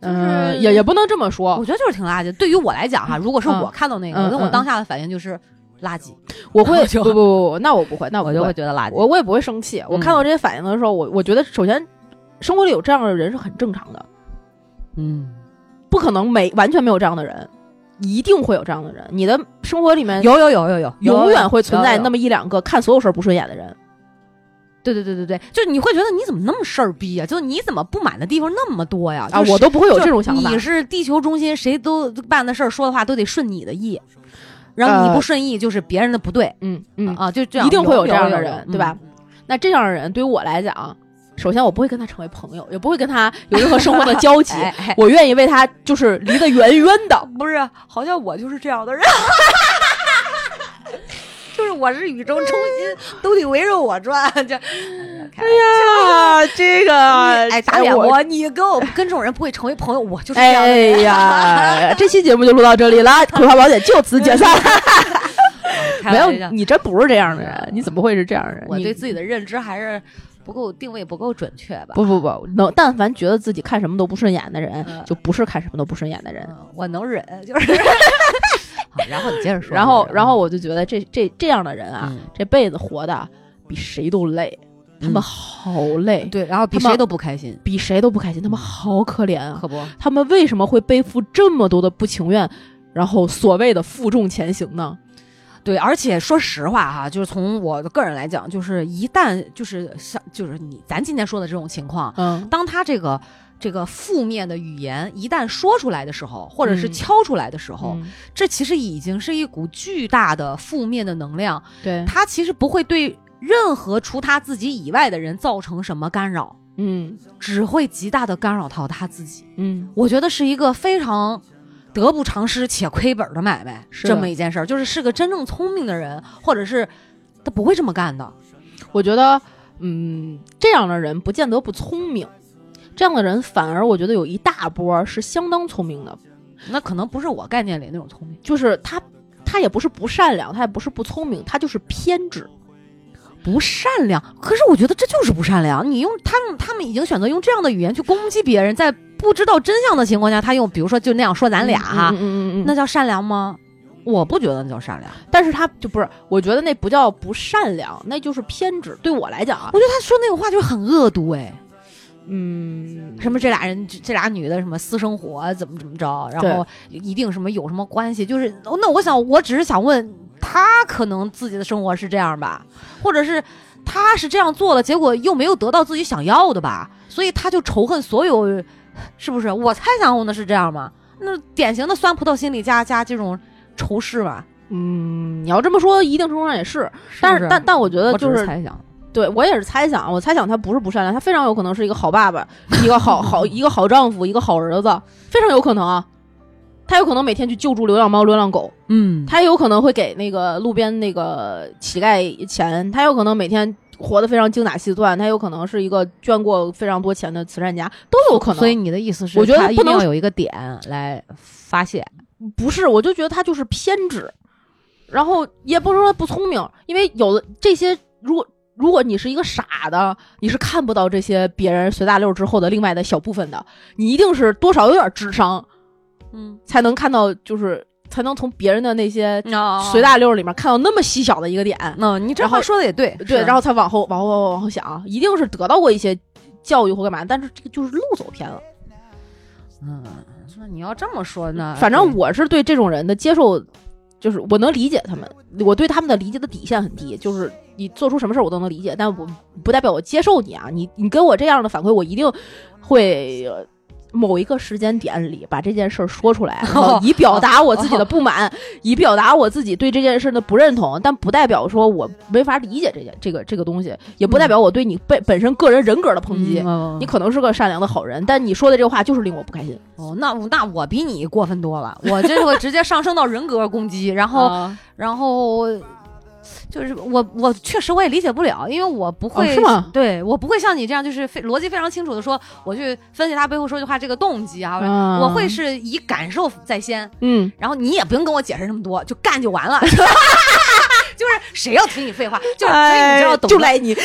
就是、
嗯，也也不能这么
我
说。
觉得就是挺垃圾。对于我来讲哈，如果是
嗯
我看到那个，
嗯
那我
嗯
当下的反应就是垃圾，
我会
我就
不不不不，那我不会，那
我
不
就会嗯
会，
觉得垃圾。
我我也不会生气。我看到这些反应的时候，我我觉得首先，生活里有这样的人是很正常的，
嗯，
不可能没完全没有这样的人，一定会有这样的人。你的生活里面
有有有有有，
永远会存在那
么
么一两个看所有事儿不顺眼的人。
对对对对对，就是你会觉得你怎么那么事儿逼呀、就是你怎么不满的地方那么多呀？
啊，
就是
我都不会有
就
这种想法
你。是地球中心，谁都办的事儿、说的话都得顺你的意，然后你
呃
不顺意就是别人的不对、
嗯嗯，
啊，就这样，
一定会
有
有这样的
有有嗯
人对吧？那这样的人对于我来讲，首先我不会跟他成为朋友，也不会跟他有任何生活的 交集。
哎哎
我愿意为他就是离得远远 的。
不是，好像我就是这样的人。 就是我是宇宙中心，都得围着我转。这，哎呀，
啊，这个
哎，打脸
我
我，你跟我跟这种人不会成为朋友，我就是这样的
哎
人。
呀，这期节目就录到这里了，葵花宝典就此解散。
开
没
玩
有
笑，
你真不是这样的人，你怎么会是这样的人？
我
你
对自己的认知还是不够定位不够准确吧。
不不不能，但凡觉得自己看什么都不顺眼的人，
嗯
就不是看什么都不顺眼的人。
嗯，我能忍，就是。 好然后你接着说。
然后，
接着说
然后我就觉得这这这样的人啊，
嗯
这辈子活的比谁都累，他
嗯
们好累，
对，然后比
他们
谁都不开心，
比谁都不开心，他们好可怜啊！
可不？
他们为什么会背负这么多的不情愿，然后所谓的负重前行呢？
对，而且说实话哈，就是从我的个人来讲，就是一旦就是像就是你咱今天说的这种情况，
嗯，
当他这个这个负面的语言一旦说出来的时候，或者是
嗯
敲出来的时候，
哦，
这其实已经是一股巨大的负面的能量，
对，
他其实不会对任何除他自己以外的人造成什么干扰，
嗯
只会极大的干扰到他自己。
嗯，
我觉得是一个非常得不偿失且亏本的买卖，
是的啊
这么一件事儿。就是是个真正聪明的人，或者是他不会这么干的。
我觉得，嗯，这样的人不见得不聪明，这样的人反而我觉得有一大波是相当聪明的，
那可能不是我概念里那种聪明，
就是他他也不是不善良，他也不是不聪明，他就是偏执。
不善良。可是我觉得这就是不善良。你用他用他们已经选择用这样的语言去攻击别人，在不知道真相的情况下，他用比如说就那样说咱俩啊哈，
嗯嗯嗯嗯，
那叫善良吗？我不觉得那叫善良。
但是他就不是，我觉得那不叫不善良，那就是偏执。对我来讲啊，
我觉得他说那种话就是很恶毒哎，
嗯，
什么这俩人这这俩女的什么私生活怎么怎么着，然后一定什么有什么关系，就是哦那我想我只是想问他可能自己的生活是这样吧，或者是他是这样做了，结果又没有得到自己想要的吧，所以他就仇恨所有，是不是？我猜想用的是这样吗？那典型的酸葡萄心理加加这种仇视吧，
嗯，你要这么说，一定程度上也是，
是
但
不是
但但我觉得
我只
就是是
猜想，
对我也是猜想，我猜想他不是不善良，他非常有可能是一个好爸 爸，一个好好一个好丈夫，一个好儿子，非常有可能啊。他有可能每天去救助流浪猫、流浪狗，
嗯，
他也有可能会给那个路边那个乞丐钱，他有可能每天活得非常精打细算，他有可能是一个捐过非常多钱的慈善家，都有可能。
所以你的意思是，
我觉得
他
不
一定
能
要有一个点来发泄，
不是，我就觉得他就是偏执，然后也不是说不聪明，因为有的这些，如果如果你是一个傻的，你是看不到这些别人随大溜之后的另外的小部分的，你一定是多少有点智商
嗯，
才能看到，就是才能从别人的那些随
随大。
大溜里面看到那么细小的一个点，
那、嗯你这
然
话
后
说的也对，
对，
是
然后才往后往后往后往后想，一定是得到过一些教育或干嘛，但是这个就是路走偏了。
嗯，那你要这么说呢？
反正
啊对
我是对这种人的接受，就是我能理解他们，我对他们的理解的底线很低，就是你做出什么事儿我都能理解，但我不代表我接受你啊，你你给我这样的反馈，我一定会。呃某一个时间点里把这件事儿说出来， 然后以表达我自
哦
己的不满，以表达我自己对这件事的不认同，但不代表说我没法理解这件这个这个东西，也不代表我对你本本身个人人格的抨击。
嗯
你可能是个善良的好人，但你说的这个话就是令我不开心。
哦，那我那我比你过分多了，我这会直接上升到人格攻击，然后、
啊
然后就是我我确实我也理解不了，因为我不会、
哦是吗
对我不会像你这样，就是非逻辑非常清楚的说，我去分析他背后说句话这个动机啊，
啊
我会是以感受在先，
嗯，
然后你也不用跟我解释那么多，就干就完了。就是就是谁要听你废话，就是所以你
哎
知道董哥
就赖你，
对，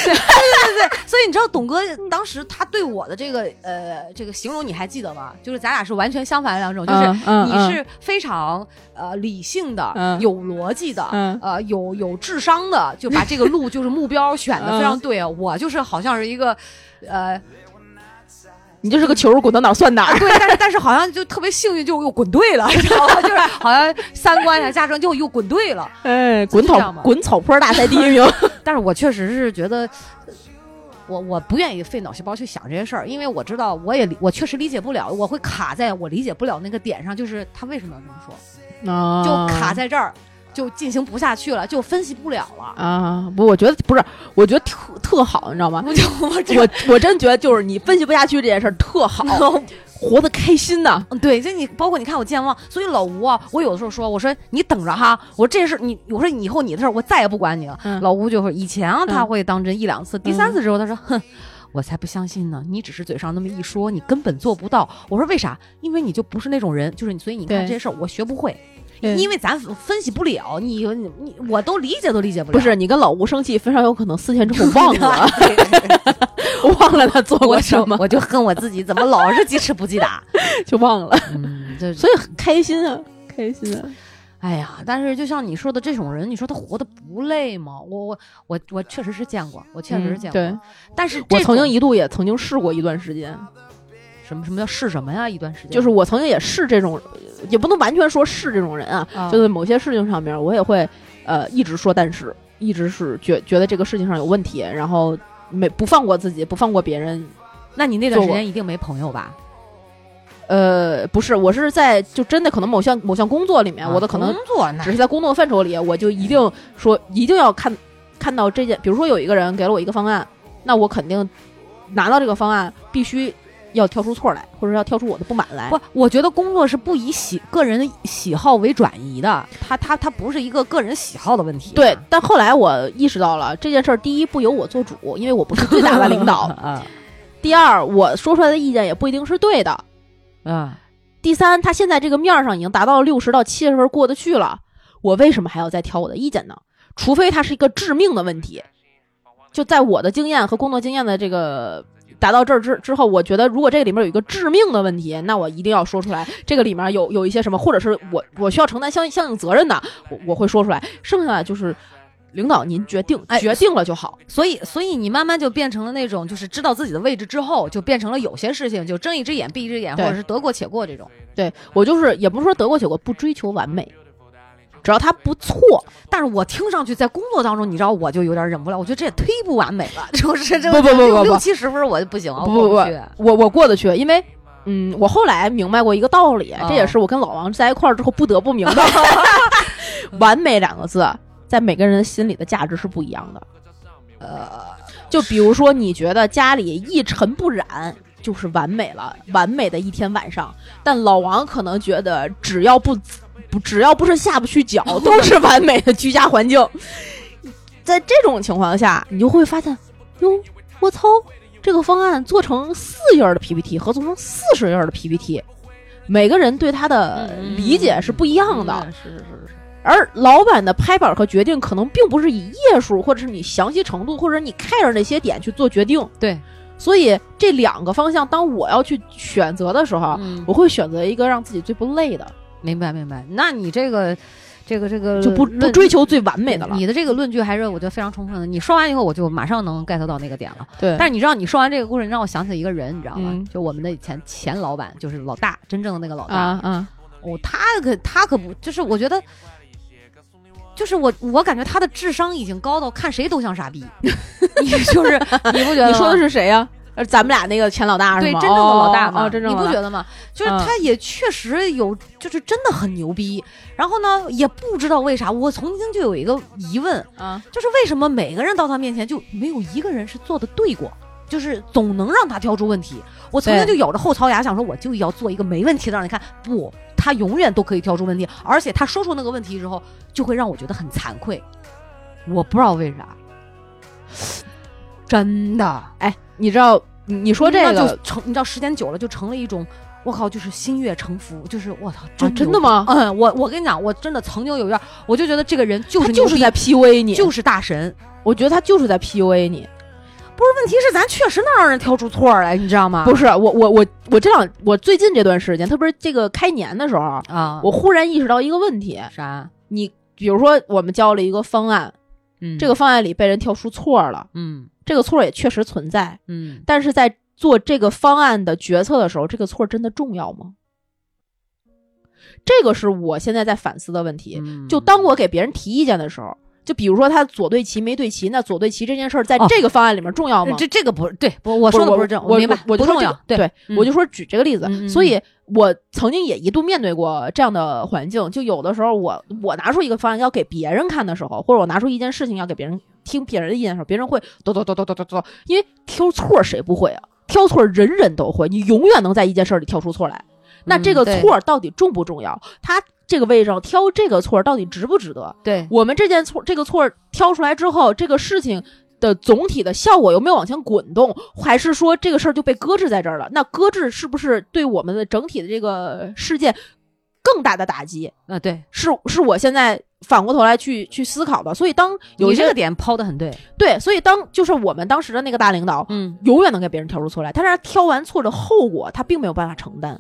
所以你知道董哥当时他对我的这个呃这个形容你还记得吗？就是咱俩是完全相反的两种，就是
嗯嗯
你
嗯
是非常呃理性的、
嗯
有逻辑的、
嗯
呃有有智商的，就把这个路就是目标选的非
嗯
常对。我就是好像是一个呃啊
你就是个球儿滚到哪儿算哪儿。
对，但是但是好像就特别幸运，就又滚对了，你知道吗？就是好像三观呀、价值观就又滚对了。
哎，滚
是这样
草
吗
滚草坡大赛第一 名。
但是我确实是觉得，呃我我不愿意费脑细胞去想这些事儿，因为我知道我也理我确实理解不了，我会卡在我理解不了那个点上，就是他为什么要这么说，
啊
就卡在这儿，就进行不下去了，就分析不了了。
啊！不，我觉得不是，我觉得特特好，你知道吗？
我就 我这，
我我真觉得就是你分析不下去这件事儿 特好，
哦
活得开心呐、
嗯，对，就你包括你看我健忘，所以老吴啊，我有的时候说，我说你等着哈，我这事儿你，我说你以后你的事儿我再也不管你了。
嗯
老吴就会以前啊他
嗯
会当真一两次，第三次之后他说哼。我才不相信呢！你只是嘴上那么一说，你根本做不到。我说为啥？因为你就不是那种人，就是你。所以你看
对
这些事儿，我学不会，
对
因为咱分析不了。你你你我都理解都理解不了。
不是你跟老吴生气，非常有可能四天之后 忘 了，
对，
忘了他做
我
过
就
什么，
我就恨我自己，怎么老是鸡吃不鸡 打？
就忘了，
嗯，这
所以很开心啊，开心啊，
哎呀，但是就像你说的这种人，你说他活得不累吗？我我我我确实是见过，我确实是
嗯
见过。
对，
但是
我
这
曾经
种
一度也曾经试过一段时间，
什么什么叫是什么呀？一段时间
就是我曾经也是这种，也不能完全说是这种人啊，
啊
就在某些事情上面，我也会呃一直说但是，一直是觉觉得这个事情上有问题，然后没不放过自己，不放过别人，
那你那段时
做过
间一定没朋友吧？
呃，不是，我是在就真的可能某项某项工作里面，
啊
哎我的可能
工作那
只是在工作范畴里，我就一定说一定要看看到这件，比如说有一个人给了我一个方案，那我肯定拿到这个方案必须要挑出错来，或者要挑出我的不满来。
不，我觉得工作是不以喜个人的喜好为转移的，他他他不是一个个人喜好的问题。啊
对，但后来我意识到了这件事儿，第一不由我做主，因为我不是最大的领导；
啊
第二，我说出来的意见也不一定是对的；
啊，
第三，他现在这个面儿上已经达到六十到七十分过得去了，我为什么还要再挑我的意见呢？除非它是一个致命的问题。就在我的经验和工作经验的这个达到这儿之之后，我觉得如果这个里面有一个致命的问题，那我一定要说出来。这个里面有有一些什么，或者是我我需要承担相相应责任的，我我会说出来。剩下的就是领导您决定，
哎
决定了就好。
所以所以你慢慢就变成了那种，就是知道自己的位置之后，就变成了有些事情就睁一只眼闭一只眼，或
对
者是得过且过这种。
对我就是也不是说得过且过，不追求完美，只要他不错，
但是我听上去在工作当中，你知道我就有点忍不了，我觉得这也忒不完美了， 就是这
不不不
六
不不
六七十分我就不行，我
不
过
不不
去，
我我过得去，因为嗯，我后来明白过一个道理，
哦
这也是我跟老王在一块儿之后不得不明白的。 完美两个字，在每个人的心里的价值是不一样的。呃，就比如说，你觉得家里一尘不染。就是完美了，完美的一天晚上。但老王可能觉得，只要不不只要不是下不去脚，都是完美的居家环境。在这种情况下，你就会发现，哟，我操，这个方案做成四页儿的 PPT 和做成四十页儿的 PPT，每个人对它的
嗯
理解是不一样的。
嗯是是是是，
而老板的拍板和决定，可能并不是以页数，或者是你详细程度，或者你 care 那些点去做决定。
对，
所以这两个方向，当我要去选择的时候，啊
嗯，
我会选择一个让自己最不累的，
明白明白。那你这个这个这个
就不不
论
追求最完美的了。
你的这个论据还是我觉得非常充分的。你说完以后，我就马上能 get 到那个点了。
对
但是你知道，你说完这个故事，你让我想起一个人，你知道吗？
嗯
就我们的以前前老板，就是老大，真正的那个老大。
啊啊，
哦，他可他可不，就是我觉得，就是我我感觉他的智商已经高到看谁都像傻逼，你就是你不觉得？
你说的
是。
是谁呀、呃，咱们俩那个前老大是
对，
吗？
真正的老大
哦
嘛，
哦真正
你
的
不
老
觉
大。
得吗？就是
嗯
他也确实有，就是真的很牛逼。然后呢，也不知道为啥，我曾经就有一个疑问，
啊，
就是为什么每个人到他面前就没有一个人是做的对过，就是总能让他挑出问题。我曾经就
对
咬着后槽牙想说，我就要做一个没问题的，让你看不，他永远都可以挑出问题，而且他说出那个问题之后，就会让我觉得很惭愧。我不知道为啥，真的
哎，你知道你你说这
那
个
就成，你知道时间久了就成了一种我靠，就是心悦诚服，就是我操，真、
啊真的吗
嗯，我我跟你讲，我真的曾经有一段，我就觉得这个人哦就是
他就
牛
是
逼
在 PUA 你，
就是大神。
我觉得他就是在 PUA 你。
不是，问题是咱确实能让人挑出错儿来，你知道吗？
不是我我我我这两我最近这段时间，特别是这个开年的时候，
啊，
我忽然意识到一个问题：
啥？
你比如说我们交了一个方案，
嗯，
这个方案里被人挑出错了，
嗯
这个错也确实存在，
嗯，
但是在做这个方案的决策的时候，这个错真的重要吗？这个是我现在在反思的问题。
嗯
就当我给别人提意见的时候，就比如说他左对齐没对齐，那左对齐这件事儿在
哦
这个方案里面重要吗？
这这个不是对，不，我
我
说的
我
不是这，
我
明白，
我就
不
说
重
这
要
个，
对
对，
嗯
我就说举这个例子
嗯嗯。
所以我曾经也一度面对过这样的环境，就有的时候我我拿出一个方案要给别人看的时候，或者我拿出一件事情要给别人听别人的意见的时候，别人会哆哆哆哆哆哆哆，因为挑错谁不会啊？挑错人人都会，你永远能在一件事儿里挑出错来。那
嗯
这个
对
错到底重不重要？他这个位置上挑这个错到底值不值得？
对，
我们这件错这个错儿挑出来之后，这个事情的总体的效果有没有往前滚动，还是说这个事儿就被搁置在这儿了？那搁置是不是对我们的整体的这个事件更大的打击？
啊对，
是是我现在反过头来去去思考的。所以当有
你
一些
这个点抛的很对，
对，所以当就是我们当时的那个大领导，
嗯
永远能给别人挑出错来，但是他挑完错的后果，他并没有办法承担。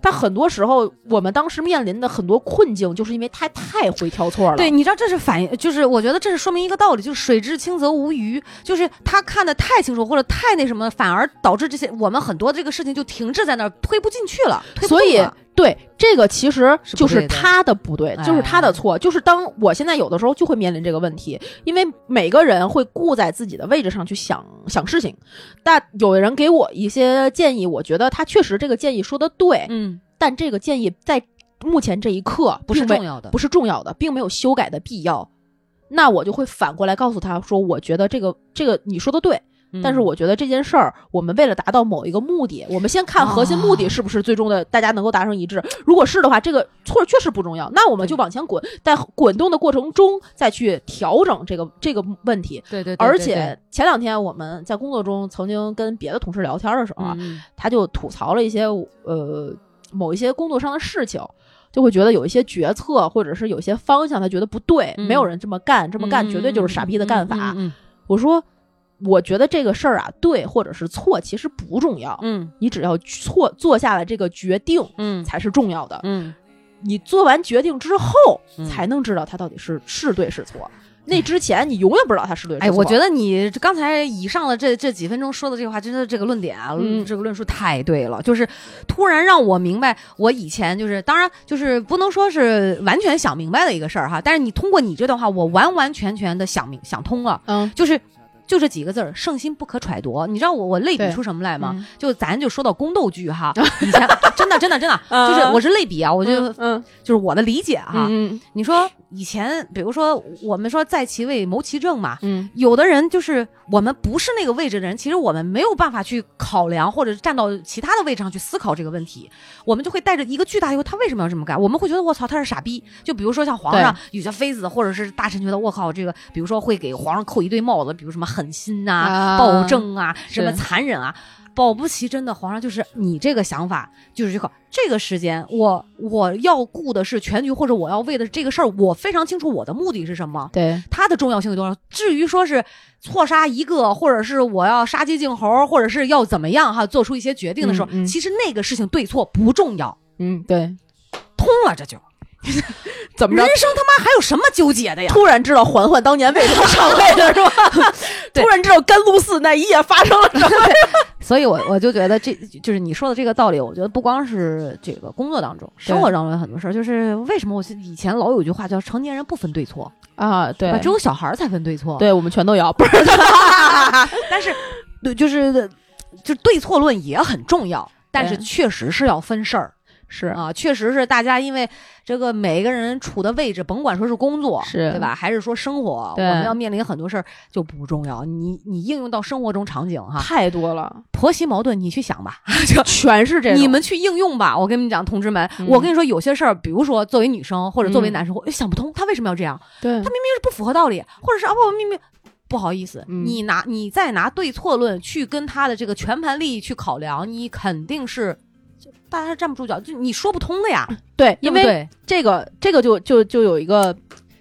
他很多时候，我们当时面临的很多困境，就是因为他太会挑错了。
对，你知道这是反映，就是我觉得这是说明一个道理，就是水至清则无鱼，就是他看的太清楚或者太那什么，反而导致这些我们很多这个事情就停滞在那儿，推不进去了，推不
所
动
以
了
对这个其实
是不
就是
对的哎
他的不对，就是他的错。就是当我现在有的时候就会面临这个问题，因为每个人会顾在自己的位置上去想想事情。但有人给我一些建议，我觉得他确实这个建议说的对，
嗯
但这个建议在目前这一刻
不是
并没
重要的，
不是重要的，并没有修改的必要。那我就会反过来告诉他说，我觉得这个这个你说的对，但是
嗯
我觉得这件事儿，我们为了达到某一个目的，我们先看核心目的是不是最终的大家能够达成一致。如果是的话，这个错儿确实不重要，那我们就
对
往前滚，在滚动的过程中再去调整这个这个问题。
对对，对
而
对
且前两天我们在工作中曾经跟别的同事聊天的时
对
候啊，
嗯
他就吐槽了一些呃某一些工作上的事情，就会觉得有一些决策或者是有一些方向，他觉得不对，
嗯
没有人这么干，这么干绝对就是傻逼的干法。
嗯
我说，我觉得这个事儿啊，对或者是错，其实不重要，
嗯
你只要错做下了这个决定
嗯
才是重要的。
嗯
你做完决定之后，
嗯
才能知道它到底是是对是错。那之前你永远不知道它是对是错。
哎，我觉
得
得你刚才以上的这这几分钟说的这个话，真的这个论点啊，
嗯
这个论述太对了，就是突然让我明白，我以前就是，当然就是不能说是完全想明白的一个事儿哈，但是你通过你这段话，我完完全全的想明想通了，
嗯
就是。就这几个字儿，圣心不可揣度。你知道我我类比
对
出什么来吗？
嗯
就咱就说到宫斗剧 哈，以前真的真的真的，
嗯
就是
嗯
我是类比啊，我就、
嗯嗯
就是我的理解哈。
嗯
你说以前，比如说我们说在其位谋其政嘛，
嗯
有的人就是我们不是那个位置的人，其实我们没有办法去考量，或者是站到其他的位置上去思考这个问题，我们就会带着一个巨大的疑惑，他为什么要这么干？我们会觉得我操，他是傻逼。就比如说像皇上有些妃子或者是大臣觉得我靠，这个比如说会给皇上扣一堆帽子，比如什么狠心呐、
啊
暴政啊、什么
是
残忍啊。保不齐真的皇上就是你这个想法，就是去考这个时间，我我要顾的是全局，或者我要为的这个事儿，我非常清楚我的目的是什么。
对
它的重要性有多少？至于说是错杀一个，或者是我要杀鸡儆猴，或者是要怎么样哈，做出一些决定的时候，
嗯嗯
其实那个事情对错不重要，
嗯对，
通了这就
怎么着
人？生他妈还有什么纠结的呀？
突然知道嬛嬛当年为什么上位了， 是吧？
对
突然知道甘露寺那一夜发生了什么？
所以我，我就觉得这就是你说的这个道理。我觉得不光是这个工作当中，生活当中有很多事儿，就是为什么我以前老有一句话叫“成年人不分对错
啊，”，对
只有小孩儿才分对错。
对，我们全都要，不是
但是，对，就是就对错论也很重要，但是
对
确实是要分事儿。
是
啊，确实是大家因为这个每个人处的位置，甭管说是工作，
是
对吧，还是说生活，我
对
们要面临很多事儿就不重要。你你应用到生活中场景哈，
太多了，
婆媳矛盾你去想吧，
全是这种。
你们去应用吧。我跟你们讲，同志们，
嗯
我跟你说，有些事儿，比如说作为女生或者作为
嗯
男生，我就想不通他为什么要这样，
对
他明明是不符合道理，或者是啊，我明明。不好意思，
嗯
你拿你再拿对错论去跟他的这个全盘利益去考量，你肯定是大家是站不住脚，就你说不通的呀，
对，因
对不
为
对
这个这个就就就有一个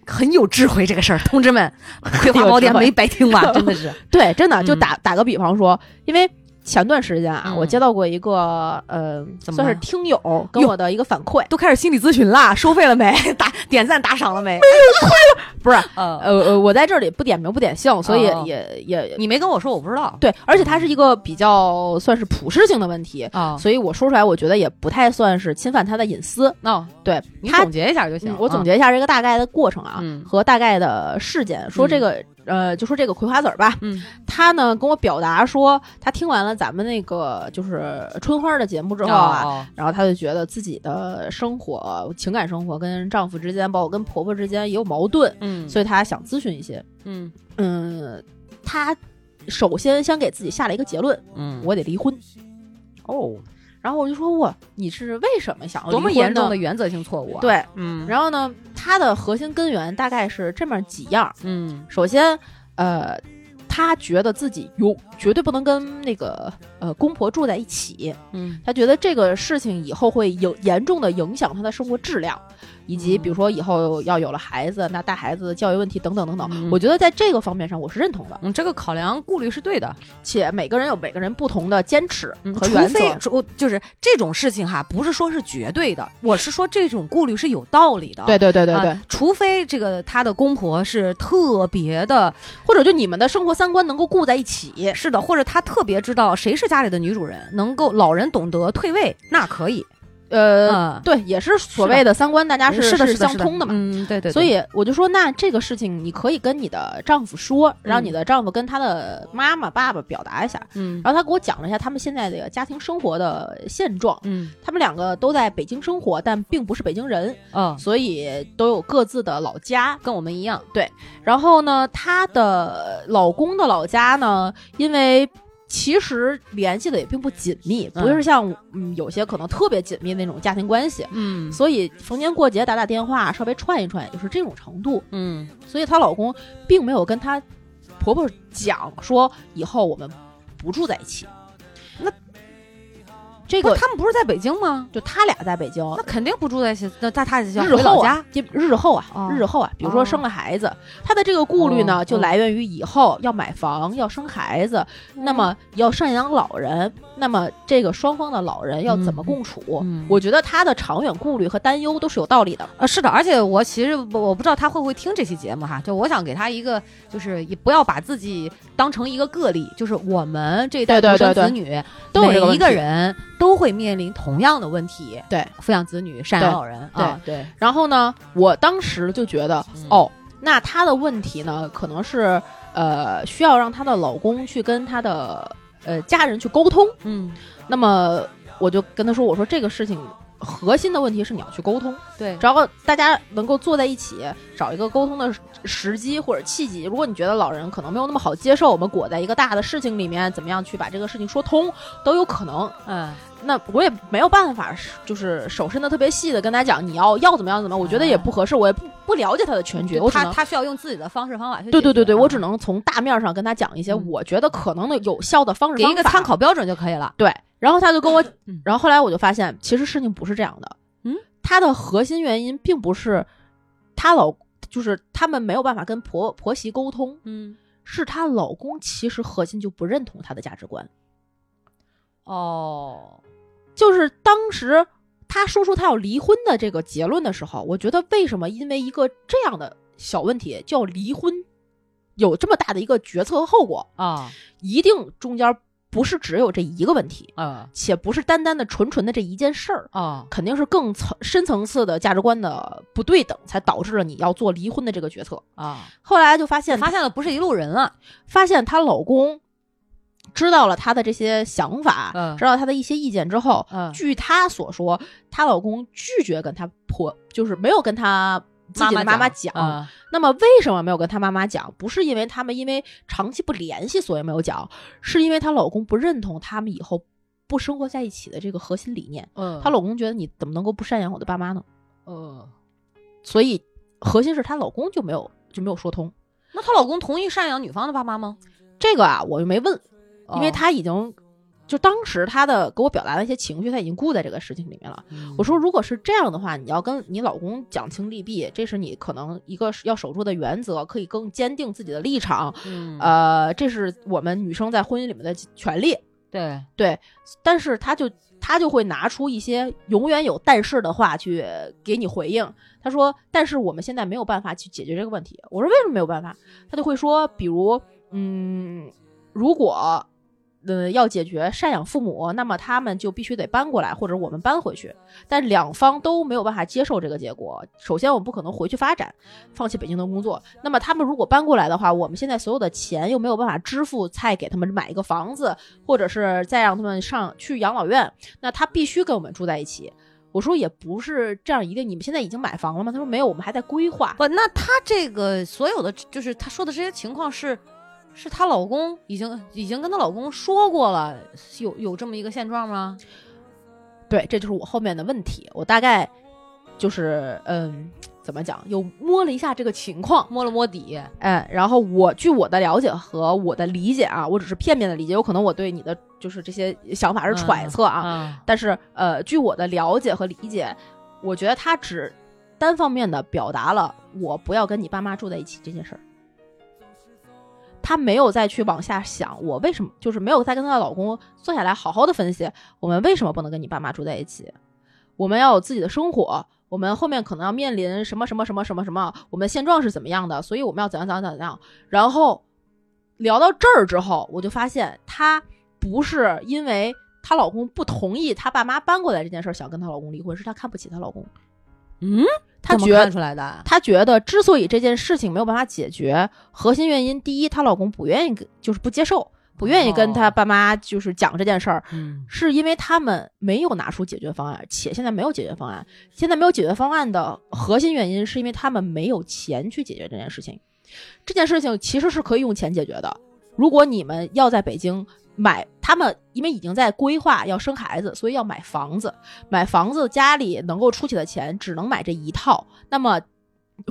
很有智慧这个事儿，同志 们，《葵
有
花
智
宝典》
慧
没白听完，真的是，
对，真的就
嗯
打、打个比方说，因为前段时间啊，我
嗯
接到过一个呃，
怎么
算是
了
听友跟
哟
我的一个反馈，
都开始心理咨询啦，收费了没？ 打点赞打赏了没？没哎有，
不是
呃，
呃呃，我在这里不点名不点姓，所以也、
哦
也也
你没跟我说，我不知道
对，而且它是一个比较算是普世性的问题，
啊。
所以我说出来，我觉得也不太算是侵犯他的隐私。
那、
对
你
他
总结一下就行。啊
嗯我总结一下这个大概的过程啊，
嗯
和大概的事件，说
嗯
这个、呃，就说这个葵花籽儿吧，
嗯，
他呢跟我表达说，他听完了咱们那个就是春花的节目之后啊，
哦
然后她就觉得自己的生活、情感生活跟丈夫之间，包括跟婆婆之间也有矛盾，
嗯，
所以她想咨询一些。
嗯
嗯，她首先先给自己下了一个结论，
嗯，
我得离婚。
哦，
然后我就说，哇，你是为什么想要
多么
离婚
严重
呢
哦的原则性错误啊！，
对，
嗯
然后呢，她的核心根源大概是这么几样儿。
嗯
首先，呃，她觉得自己有绝对不能跟那个呃公婆住在一起，
嗯
她觉得这个事情以后会有严重的影响她的生活质量，以及
嗯
比如说以后要有了孩子，那带孩子的教育问题等等等等。
嗯
我觉得在这个方面上我是认同的，
嗯，这个考量顾虑是对的，
且每个人有每个人不同的坚持
嗯
和
除
原则。
非除就是这种事情哈，不是说是绝对的，我是说这种顾虑是有道理的。
对对对对
啊
对，
除非这个他的公婆是特别的，
或者就你们的生活三观能够顾在一起，
是的，或者他特别知道谁是家里的女主人，能够老人懂得退位，那可以。
呃，
嗯，
对，也是所
是的
谓的三观，大家
嗯是的，
是
是的
相通的嘛。
嗯，对对。对
所，以我就说，那这个事情你可以跟你的丈夫说，
嗯
让你的丈夫跟他的妈妈、爸爸表达一下。
嗯
然后他给我讲了一下他们现在的家庭生活的现状。
嗯
他们两个都在北京生活，但并不是北京人，
哦，
所以都有各自的老家。
跟我们一样，
然后呢，她的老公的老家呢，因为其实联系的也并不紧密，
嗯
不是像嗯有些可能特别紧密的那种家庭关系，
嗯
所以逢年过节打打电话，稍微串一串，也就是这种程度。
嗯
所以她老公并没有跟她婆婆讲说以后我们不住在一起。
那
这
不
个
是他们不是在北京吗？
就他俩在北京，
那肯定不住在一起，那他他要
日
回
后
老
啊
家，，
因日后啊，
哦
日后啊，比如说生了孩子，她的这个顾虑呢，
哦
就
哦
来源于以后要买房、要生孩子，
嗯
那么要赡养老人，那么这个双方的老人要怎
嗯
么共处？
嗯
我觉得她的长远顾虑和担忧都是有道理的。
啊，是的，而且我其实我我不知道他会不会听这期节目哈，就我想给他一个，就是也不要把自己当成一个个例，就是我们这一代
对
独
对
生
对
子女，
都有这
每
个问
一个
题
人都会面临同样的问题，
对，
抚养子女、赡养老人啊，对，
然后呢，我当时就觉得，
嗯
哦，那她的问题呢，可能是呃，需要让她的老公去跟她的呃家人去沟通。
嗯，
那么我就跟她说，我说这个事情核心的问题是你要去沟通，
对，
只要大家能够坐在一起，找一个沟通的时时机或者契机。如果你觉得老人可能没有那么好接受，我们裹在一个大的事情里面，怎么样去把这个事情说通，都有可能。
嗯，
那我也没有办法，就是手伸的特别细的跟他讲你要要怎么样怎么样，我觉得也不合适，我也不不了解他的全局，
就
我只
他
能
他需要用自己的方式方法去解决
对
啊，
对对对，我只能从大面上跟他讲一些
嗯
我觉得可能的有效的方式
给一个
方法
参。考标准就可以了，
对，然后他就跟我
嗯，
然后后来我就发现，其实事情不是这样的。
嗯，
他的核心原因并不是她老，就是他们没有办法跟婆婆媳沟通，
嗯，
是她老公其实核心就不认同她的价值观。
哦，
就是当时她说出她要离婚的这个结论的时候，我觉得为什么因为一个这样的小问题就要离婚，有这么大的一个决策和后果，
啊，
一定中间不是只有这一个问题，
啊，
且不是单单的纯纯的这一件事儿，
啊，
肯定是更层深层次的价值观的不对等，才导致了你要做离婚的这个决策。
啊，
后来就发现，
发现了不是一路人啊了，
发现她老公知道了她的这些想法，
嗯
知道她的一些意见之后，
嗯
据她所说，她老公拒绝跟她婆，就是没有跟她自己的妈妈讲。嗯
啊
那么为什么没有跟她妈妈讲？不是因为他们因为长期不联系，所以没有讲，是因为她老公不认同他们以后不生活在一起的这个核心理念。
嗯，
她老公觉得你怎么能够不赡养我的爸妈呢？
呃。
所以核心是她老公就没有就没有说通。
那她老公同意赡养女方的爸妈吗？
这个啊，我就没问，因为
哦
她已经就当时他的给我表达的一些情绪，他已经顾在这个事情里面了。
嗯
我说，如果是这样的话，你要跟你老公讲清利弊，这是你可能一个要守住的原则，可以更坚定自己的立场。
嗯，
呃，这是我们女生在婚姻里面的权利。
对，
对，但是他就他就会拿出一些永远有但是的话去给你回应。他说：“但是我们现在没有办法去解决这个问题。”我说：“为什么没有办法？”他就会说：“比如，嗯，如果呃要解决赡养父母，那么他们就必须得搬过来，或者我们搬回去。但两方都没有办法接受这个结果。首先，我们不可能回去发展，放弃北京的工作。那么他们如果搬过来的话，我们现在所有的钱又没有办法支付，再给他们买一个房子，或者是再让他们上去养老院，那他必须跟我们住在一起。我说也不是这样一定，你们现在已经买房了吗？他说没有，我们还在规划。
不，那她这个所有的，就是她说的这些情况是，是她老公已经已经跟她老公说过了，有有这么一个现状吗？
对，这就是我后面的问题。我大概就是嗯，怎么讲，又摸了一下这个情况，
摸了摸底，
哎，然后我据我的了解和我的理解啊，我只是片面的理解，有可能我对你的就是这些想
嗯
法是揣测啊，
啊，
但是呃，据我的了解和理解，我觉得他只单方面的表达了我不要跟你爸妈住在一起这件事儿。她没有再去往下想，我为什么就是没有再跟她的老公坐下来好好的分析，我们为什么不能跟你爸妈住在一起？我们要有自己的生活，我们后面可能要面临什么什么什么什么什么，我们的现状是怎么样的，所以我们要怎样怎样怎样。然后聊到这儿之后，我就发现她不是因为她老公不同意她爸妈搬过来这件事儿想跟她老公离婚，是她看不起她老公。
嗯，
她
怎么
觉
看出来的？
她觉得之所以这件事情没有办法解决，核心原因第一，她老公不愿意跟，就是不接受，不愿意跟她
哦
爸妈就是讲这件事儿，
嗯，
是因为他们没有拿出解决方案，且现在没有解决方案。现在没有解决方案的核心原因，是因为他们没有钱去解决这件事情。这件事情其实是可以用钱解决的。如果你们要在北京买，他们因为已经在规划要生孩子，所以要买房子。买房子家里能够出起的钱只能买这一套，那么。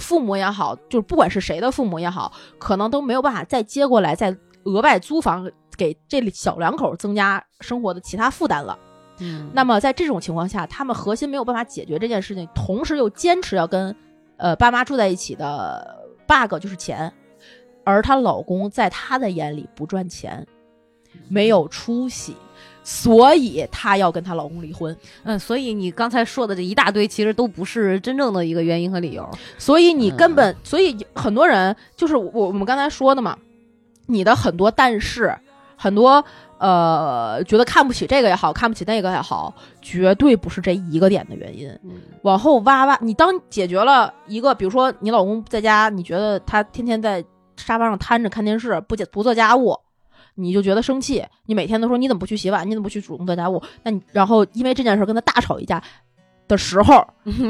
父母也好，就是不管是谁的父母也好，可能都没有办法再接过来，再额外租房给这小两口增加生活的其他负担了。
嗯
那么在这种情况下，他们核心没有办法解决这件事情，同时又坚持要跟呃爸妈住在一起的 bug 就是钱，而她老公在她的眼里不赚钱，没有出息，所以她要跟她老公离婚。
嗯，所以你刚才说的这一大堆，其实都不是真正的一个原因和理由。
所以你根本，所以很多人就是我我们刚才说的嘛，你的很多但是，很多呃觉得看不起这个也好，看不起那个也好，绝对不是这一个点的原因。
嗯
往后挖挖，你当解决了一个，比如说你老公在家，你觉得他天天在沙发上瘫着看电视，不解不做家务。你就觉得生气，你每天都说你怎么不去洗碗，你怎么不去主动做家务？那你然后因为这件事跟他大吵一架的时候，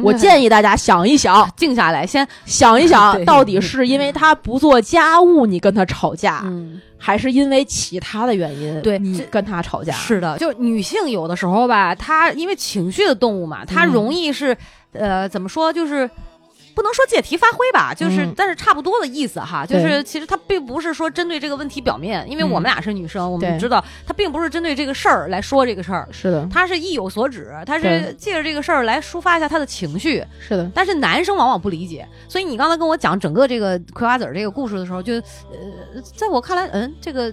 我建议大家想一想，
静下来，先
想一想，
对
到底是因为他不做家务你跟他吵架，
嗯，
还是因为其他的原因
对
你
这
跟他吵架？
是的，就是女性有的时候吧，她因为情绪的动物嘛，她
嗯
容易是、呃，怎么说就是。不能说借题发挥吧，就是、
嗯
但是差不多的意思哈，就
对
是其实她并不是说针对这个问题表面，因为
嗯
我们俩是女生，我们
对
知道她并不是针对这个事儿来说这个事儿，
是的，
她是意有所指，她是
对
借着这个事儿来抒发一下她的情绪，
是的，
但是男生往往不理解，所以你刚才跟我讲整个这个葵花籽儿这个故事的时候，就呃，在我看来，嗯，这个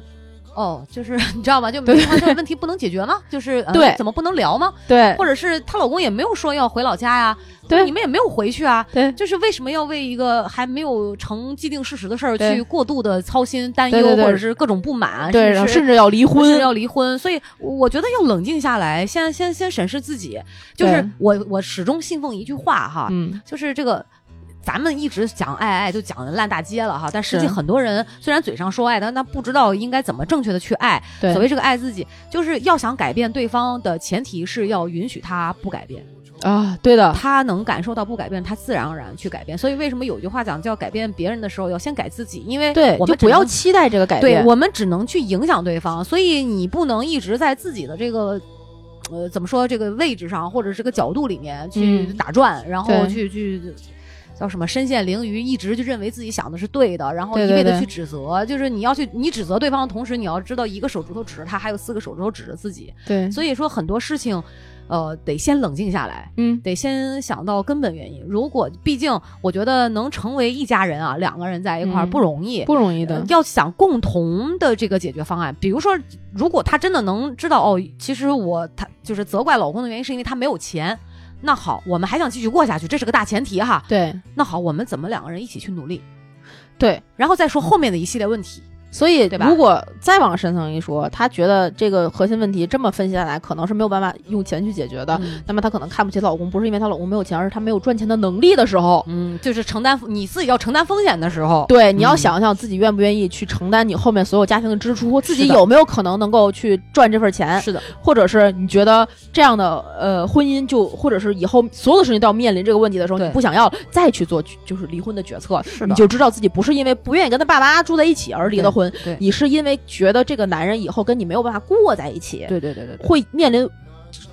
哦，就是你知道吗？就没
对
他这个问题不能解决吗？ 就是、嗯
对
怎么不能聊吗？
对
或者是她老公也没有说要回老家呀，
对
你们也没有回去啊。
对
就是为什么要为一个还没有成既定事实的事儿
对
去过度的操心、担忧，
对对对
或者是各种不满，
对，然
甚
后
至
甚至要离
不是
婚，
要离婚，所以我觉得要冷静下来，先先先审视自己。就是
对
我我始终信奉一句话哈，
嗯，
就是这个。咱们一直讲爱爱，就讲的烂大街了哈。但实际
是
很多人虽然嘴上说爱，但他不知道应该怎么正确的去爱。
对
所谓这个爱自己，就是要想改变对方的前提是要允许他不改变，
啊，对的，
他能感受到不改变，他自然而然去改变。所以为什么有句话讲叫改变别人的时候要先改自己？因为
对，
我
就
们只
不要
能
期待这个改
对
变，
我们只能去影响对方，所以你不能一直在自己的这个。呃，怎么说这个位置上或者这个角度里面去
嗯
打转，然后
对
去去叫什么身陷囹圄，一直就认为自己想的是对的，然后
对
一
对
味的
对
去指责，就是你要去你指责对方的同时，你要知道一个手指头指着他，还有四个手指头指着自己。
对，
所以说很多事情，呃，得先冷静下来，
嗯，
得先想到根本原因。如果毕竟我觉得能成为一家人啊，两个人在一块儿
嗯
不容易。
不容易
呃
的，
要想共同的这个解决方案，比如说，如果她真的能知道哦，其实我她就是责怪老公的原因是因为她没有钱，那好，我们还想继续过下去，这是个大前提哈。
对
那好，我们怎么两个人一起去努力，
对。
嗯然后再说后面的一系列问题。
所以，
对吧
如果再往深层一说，他觉得这个核心问题这么分析下来，可能是没有办法用钱去解决的。
嗯
那么她可能看不起她老公，不是因为她老公没有钱，而是她没有赚钱的能力的时候。
嗯，就是承担你自己要承担风险的时候，
对，你要
嗯
想想自己愿不愿意去承担你后面所有家庭的支出，自己
是的
有没有可能能够去赚这份钱，
是的，
或者是你觉得这样的呃婚姻就，或者是以后所有的事情都要面临这个问题的时候，
对
你不想要再去做就是离婚的决策，
是
你就知道自己不是因为不愿意跟他爸妈住在一起而离的婚
对对，
你是因为觉得这个男人以后跟你没有办法过在一起，
对对对对对，
会面临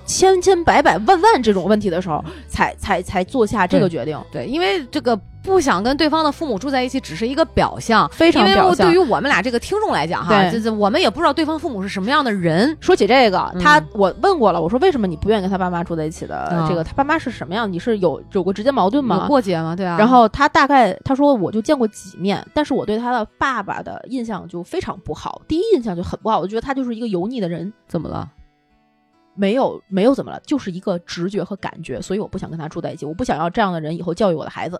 千千百百万万这种问题的时候，才才才做下这个决定。
对，因为这个不想跟对方的父母住在一起，只是一个表象，
非常
因为
表
我
象
对于我们俩这个听众来讲哈，
对
就是我们也不知道对方父母是什么样的人，
说起这个，
嗯
他我问过了，我说为什么你不愿意跟他爸妈住在一起的
啊？
这个他爸妈是什么样？你是有有过直接矛盾
有
吗？
过节吗？对啊，
然后他大概他说我就见过几面，但是我对他的爸爸的印象就非常不好，第一印象就很不好，我觉得他就是一个油腻的人，
怎么了？
没有没有怎么了，就是一个直觉和感觉，所以我不想跟他住在一起，我不想要这样的人以后教育我的孩子。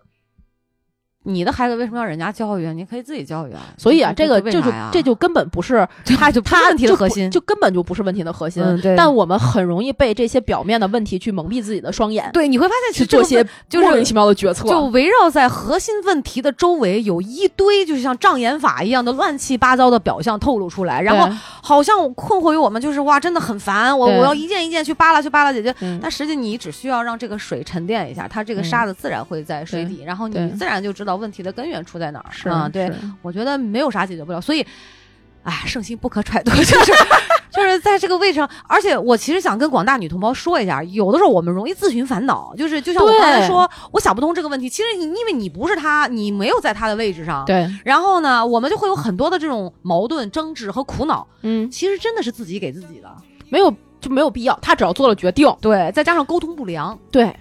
你的孩子为什么要人家教育啊？你可以自己教育啊。
所以啊，这个
为
就
啥
是
呀
这就根本不是
他就不是
他
问题
就
的核
不
心，
就根本就不是问题的核心。
嗯对
但我们很容易被这些表面的问题去蒙蔽自己的双眼，
对，你会发现其实
去
这
做
个
些
问就是
莫名其妙的啊决策。
就围绕在核心问题的周围，有一堆就是像障眼法一样的乱七八糟的表象透露出来，然后
对啊
好像困惑于我们，就是哇，真的很烦，我
对啊
我要一件一件去扒拉去扒拉解决。
嗯
但实际你只需要让这个水沉淀一下，它这个
嗯
沙子自然会在水底，然后你
对
自然就知道问题的根源出在哪儿。
是
啊，对
是，
我觉得没有啥解决不了，所以，哎，圣心不可揣度， 就是。就是在这个位置上，而且我其实想跟广大女同胞说一下，有的时候我们容易自寻烦恼，就是就像我
对
刚才说，我想不通这个问题。其实你因为你不是他，你没有在他的位置上，
对，
然后呢，我们就会有很多的这种矛盾、争执和苦恼。
嗯，
其实真的是自己给自己的，
没有就没有必要，他只要做了决定，
对，再加上沟通不良，
对，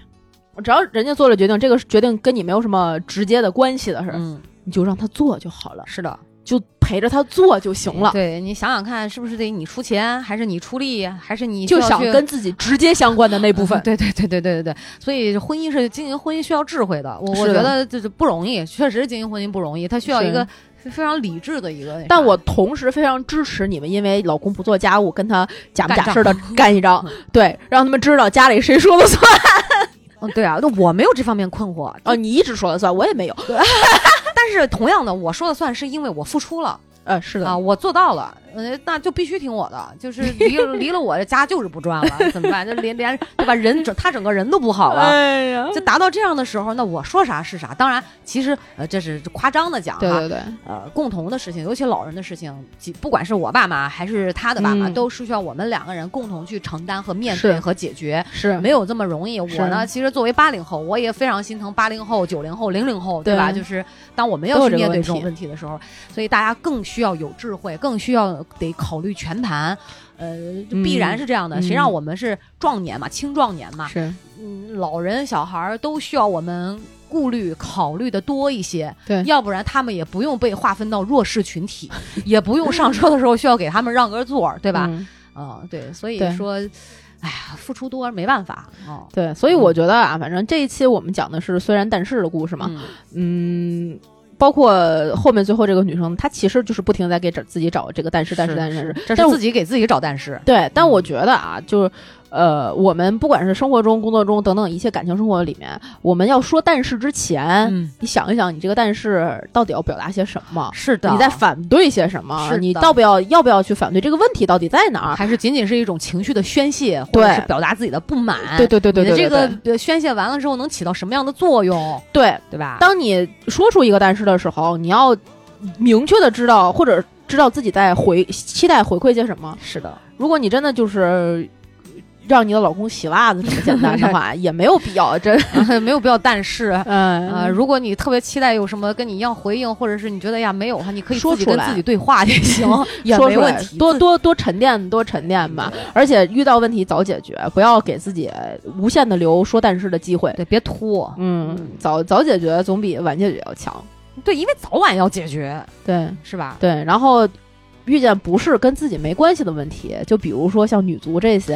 只要人家做了决定，这个决定跟你没有什么直接的关系的事，
嗯，
你就让他做就好了，
是的，
就陪着他做就行了。
对你想想看，是不是得你出钱，还是你出力，还是你需
就
要
想
去
跟自己直接相关的那部
，
分
对对对对对对对，所以婚姻是经营婚姻需要智慧的，我我
是
觉
的
得就是不容易，确实经营婚姻不容易，它需要
是
一个非常理智的一个那啥。
但我同时非常支持你们，因为老公不做家务，跟他假不
干
假
仗
事的干一仗，对，让他们知道家里谁说了算。
嗯对啊，那我没有这方面困惑，
哦，你一直说了算，我也没有。
但是同样的，我说了算是因为我付出了
呃，是
啊，
的，
我做到了，呃，那就必须听我的，就是 离离了我的家就是不转了，怎么办？就连连对吧？人整他整个人都不好了。
哎呀，
就达到这样的时候，那我说啥是啥。当然，其实呃，这是夸张的讲啊，
对对对，
呃共同的事情，尤其老人的事情，即不管是我爸妈还是他的爸妈，
嗯
都是需要我们两个人共同去承担和面
是
对和解决。
是
没有这么容易。
是
我呢，其实作为八零后，我也非常心疼八零后、九零后、零零后，对
对
吧？就是当我们要
都有
去
这个
面对
问
这种
题
问题的时候，所以大家更需要有智慧，更需要得考虑全盘。呃，必然是这样的。
嗯
谁让我们是壮年嘛，青壮年嘛，
是，
嗯，老人、小孩儿都需要我们顾虑、考虑的多一些，
对
要不然他们也不用被划分到弱势群体， 也不用上车的时候需要给他们让个座儿，对
对
吧？？嗯，对，所以
对
说，哎呀，付出多没办法哦。
对，所以我觉得啊，反正这一期我们讲的是虽然但是的故事嘛，
嗯
嗯，包括后面最后这个女生，她其实就是不停地在给找自己找这个但是但是但是，
这
但
是
我
自己给自己找但是。
对，但
嗯
我觉得啊，就是呃，我们不管是生活中、工作中等等一切感情生活里面，我们要说但是之前，
嗯，
你想一想，你这个但是到底要表达些什么？
是的，
你在反对些什么？
是
你
的
到不要要不要去反对这个问题到底在哪儿？
还是仅仅是一种情绪的宣泄，或者
啊对
是表达自己的不满？
对对对对对，
你的这
对对
个呃宣泄完了之后能起到什么样的作用？
对，
对吧？
当你说出一个但是的时候，你要明确的知道，或者知道自己在回期待回馈些什么。
是的，
如果你真的就是让你的老公洗袜子这么简单的 话，也没有必要。这，
没有必要但是。
嗯
呃，如果你特别期待有什么跟你一样回应，或者是你觉得呀没有哈，你可以
说
自己
出
跟
来
自己对话也 行，也
说
没
出来
问题。
多多多沉淀，多沉淀吧。而且遇到问题早解决，不要给自己无限的留说但是的机会。
对，别拖。
嗯，早早解决总比晚解决要强。
对，因为早晚要解决，
对
是吧？
对，然后。遇见不是跟自己没关系的问题，就比如说像女足这 些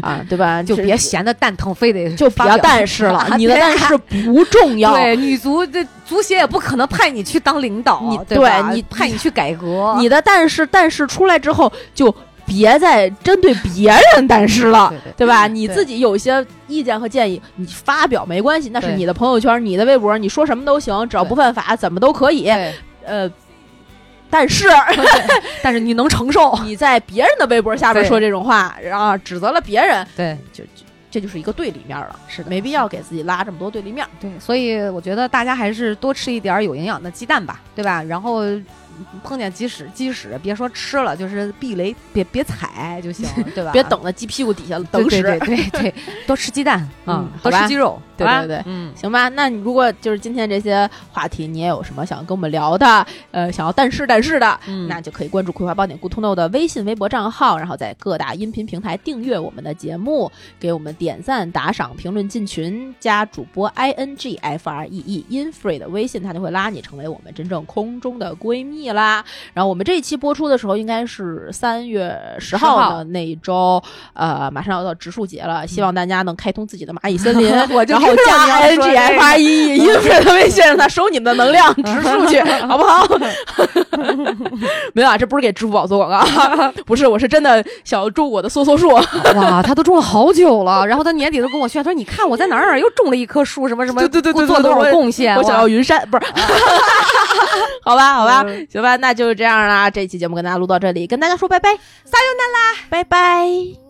啊，对吧？
就别
是
闲的蛋疼，非得
就不
发
要
表
但 是
啊
了，你的
对
但是不重要。
对，女足这足协也不可能派你去当领导，
你
对吧
对你
派你去改革，
你的但是但是出来之后，就别再针对别人但是了
对。对
对吧？你自
己
己有一些意见和建议，你发表没关系，那是
对
你的朋友圈、你的微博，你说什么都行，只要
对
不犯法，怎么都可以。
对，
呃，但是
但是你能承受，
你在别人的微博下面
对
说这种话，然后指责了别人，
对
就就这就是一个对立面了，
是的
没必要给自己拉这么多对立面。
对，所以我觉得大家还是多吃一点儿有营养的鸡蛋吧，对吧？然后。碰见鸡屎，鸡屎别说吃了，就是避雷，别别踩 就行，对吧？
别等到鸡屁股底下了，
对，
等
对
死。
对对对，多吃 鸡蛋啊
嗯，
多
好吧
吃鸡肉，
对
好吧
对对
嗯，
行吧，那你如果就是今天这些话题，你也有什么想跟我们聊的，呃，想要但是但是的，
嗯
那就可以关注《葵花宝典 Good to Know》的微信、微博账号，然后在各大音频平台订阅我们的节目，给我们点赞、打赏、评论、进群，加主播 i n g f r e e infree 的微信，他就会拉你成为我们真正空中的闺蜜啦。然后我们这一期播出的时候，应该是三月十号的那一周，呃，马上要到植树节了，希望大家能开通自己的蚂蚁森林，
我就
然后
知道
加
你要
i n
说哎
g
这
f
个
哎 r e e infree 的微信，让他收你们的能 量，植树去，好不好？ 没有啊，这不是给支付宝做广告，啊不是，我是真的想要种我的梭梭树。
哇，他都种了好久了，然后他年底都跟我炫，他说你看我在哪儿哪儿又种了一棵树，什 么什么，
对对对对对
做了多
我
少
也
贡献，
我想
哇啊
要云山，不是？ 好吧，好吧，
嗯
行吧，那就是这样啦。这期节目跟大家录到这里，跟大家说拜拜，撒由那拉，拜拜。
「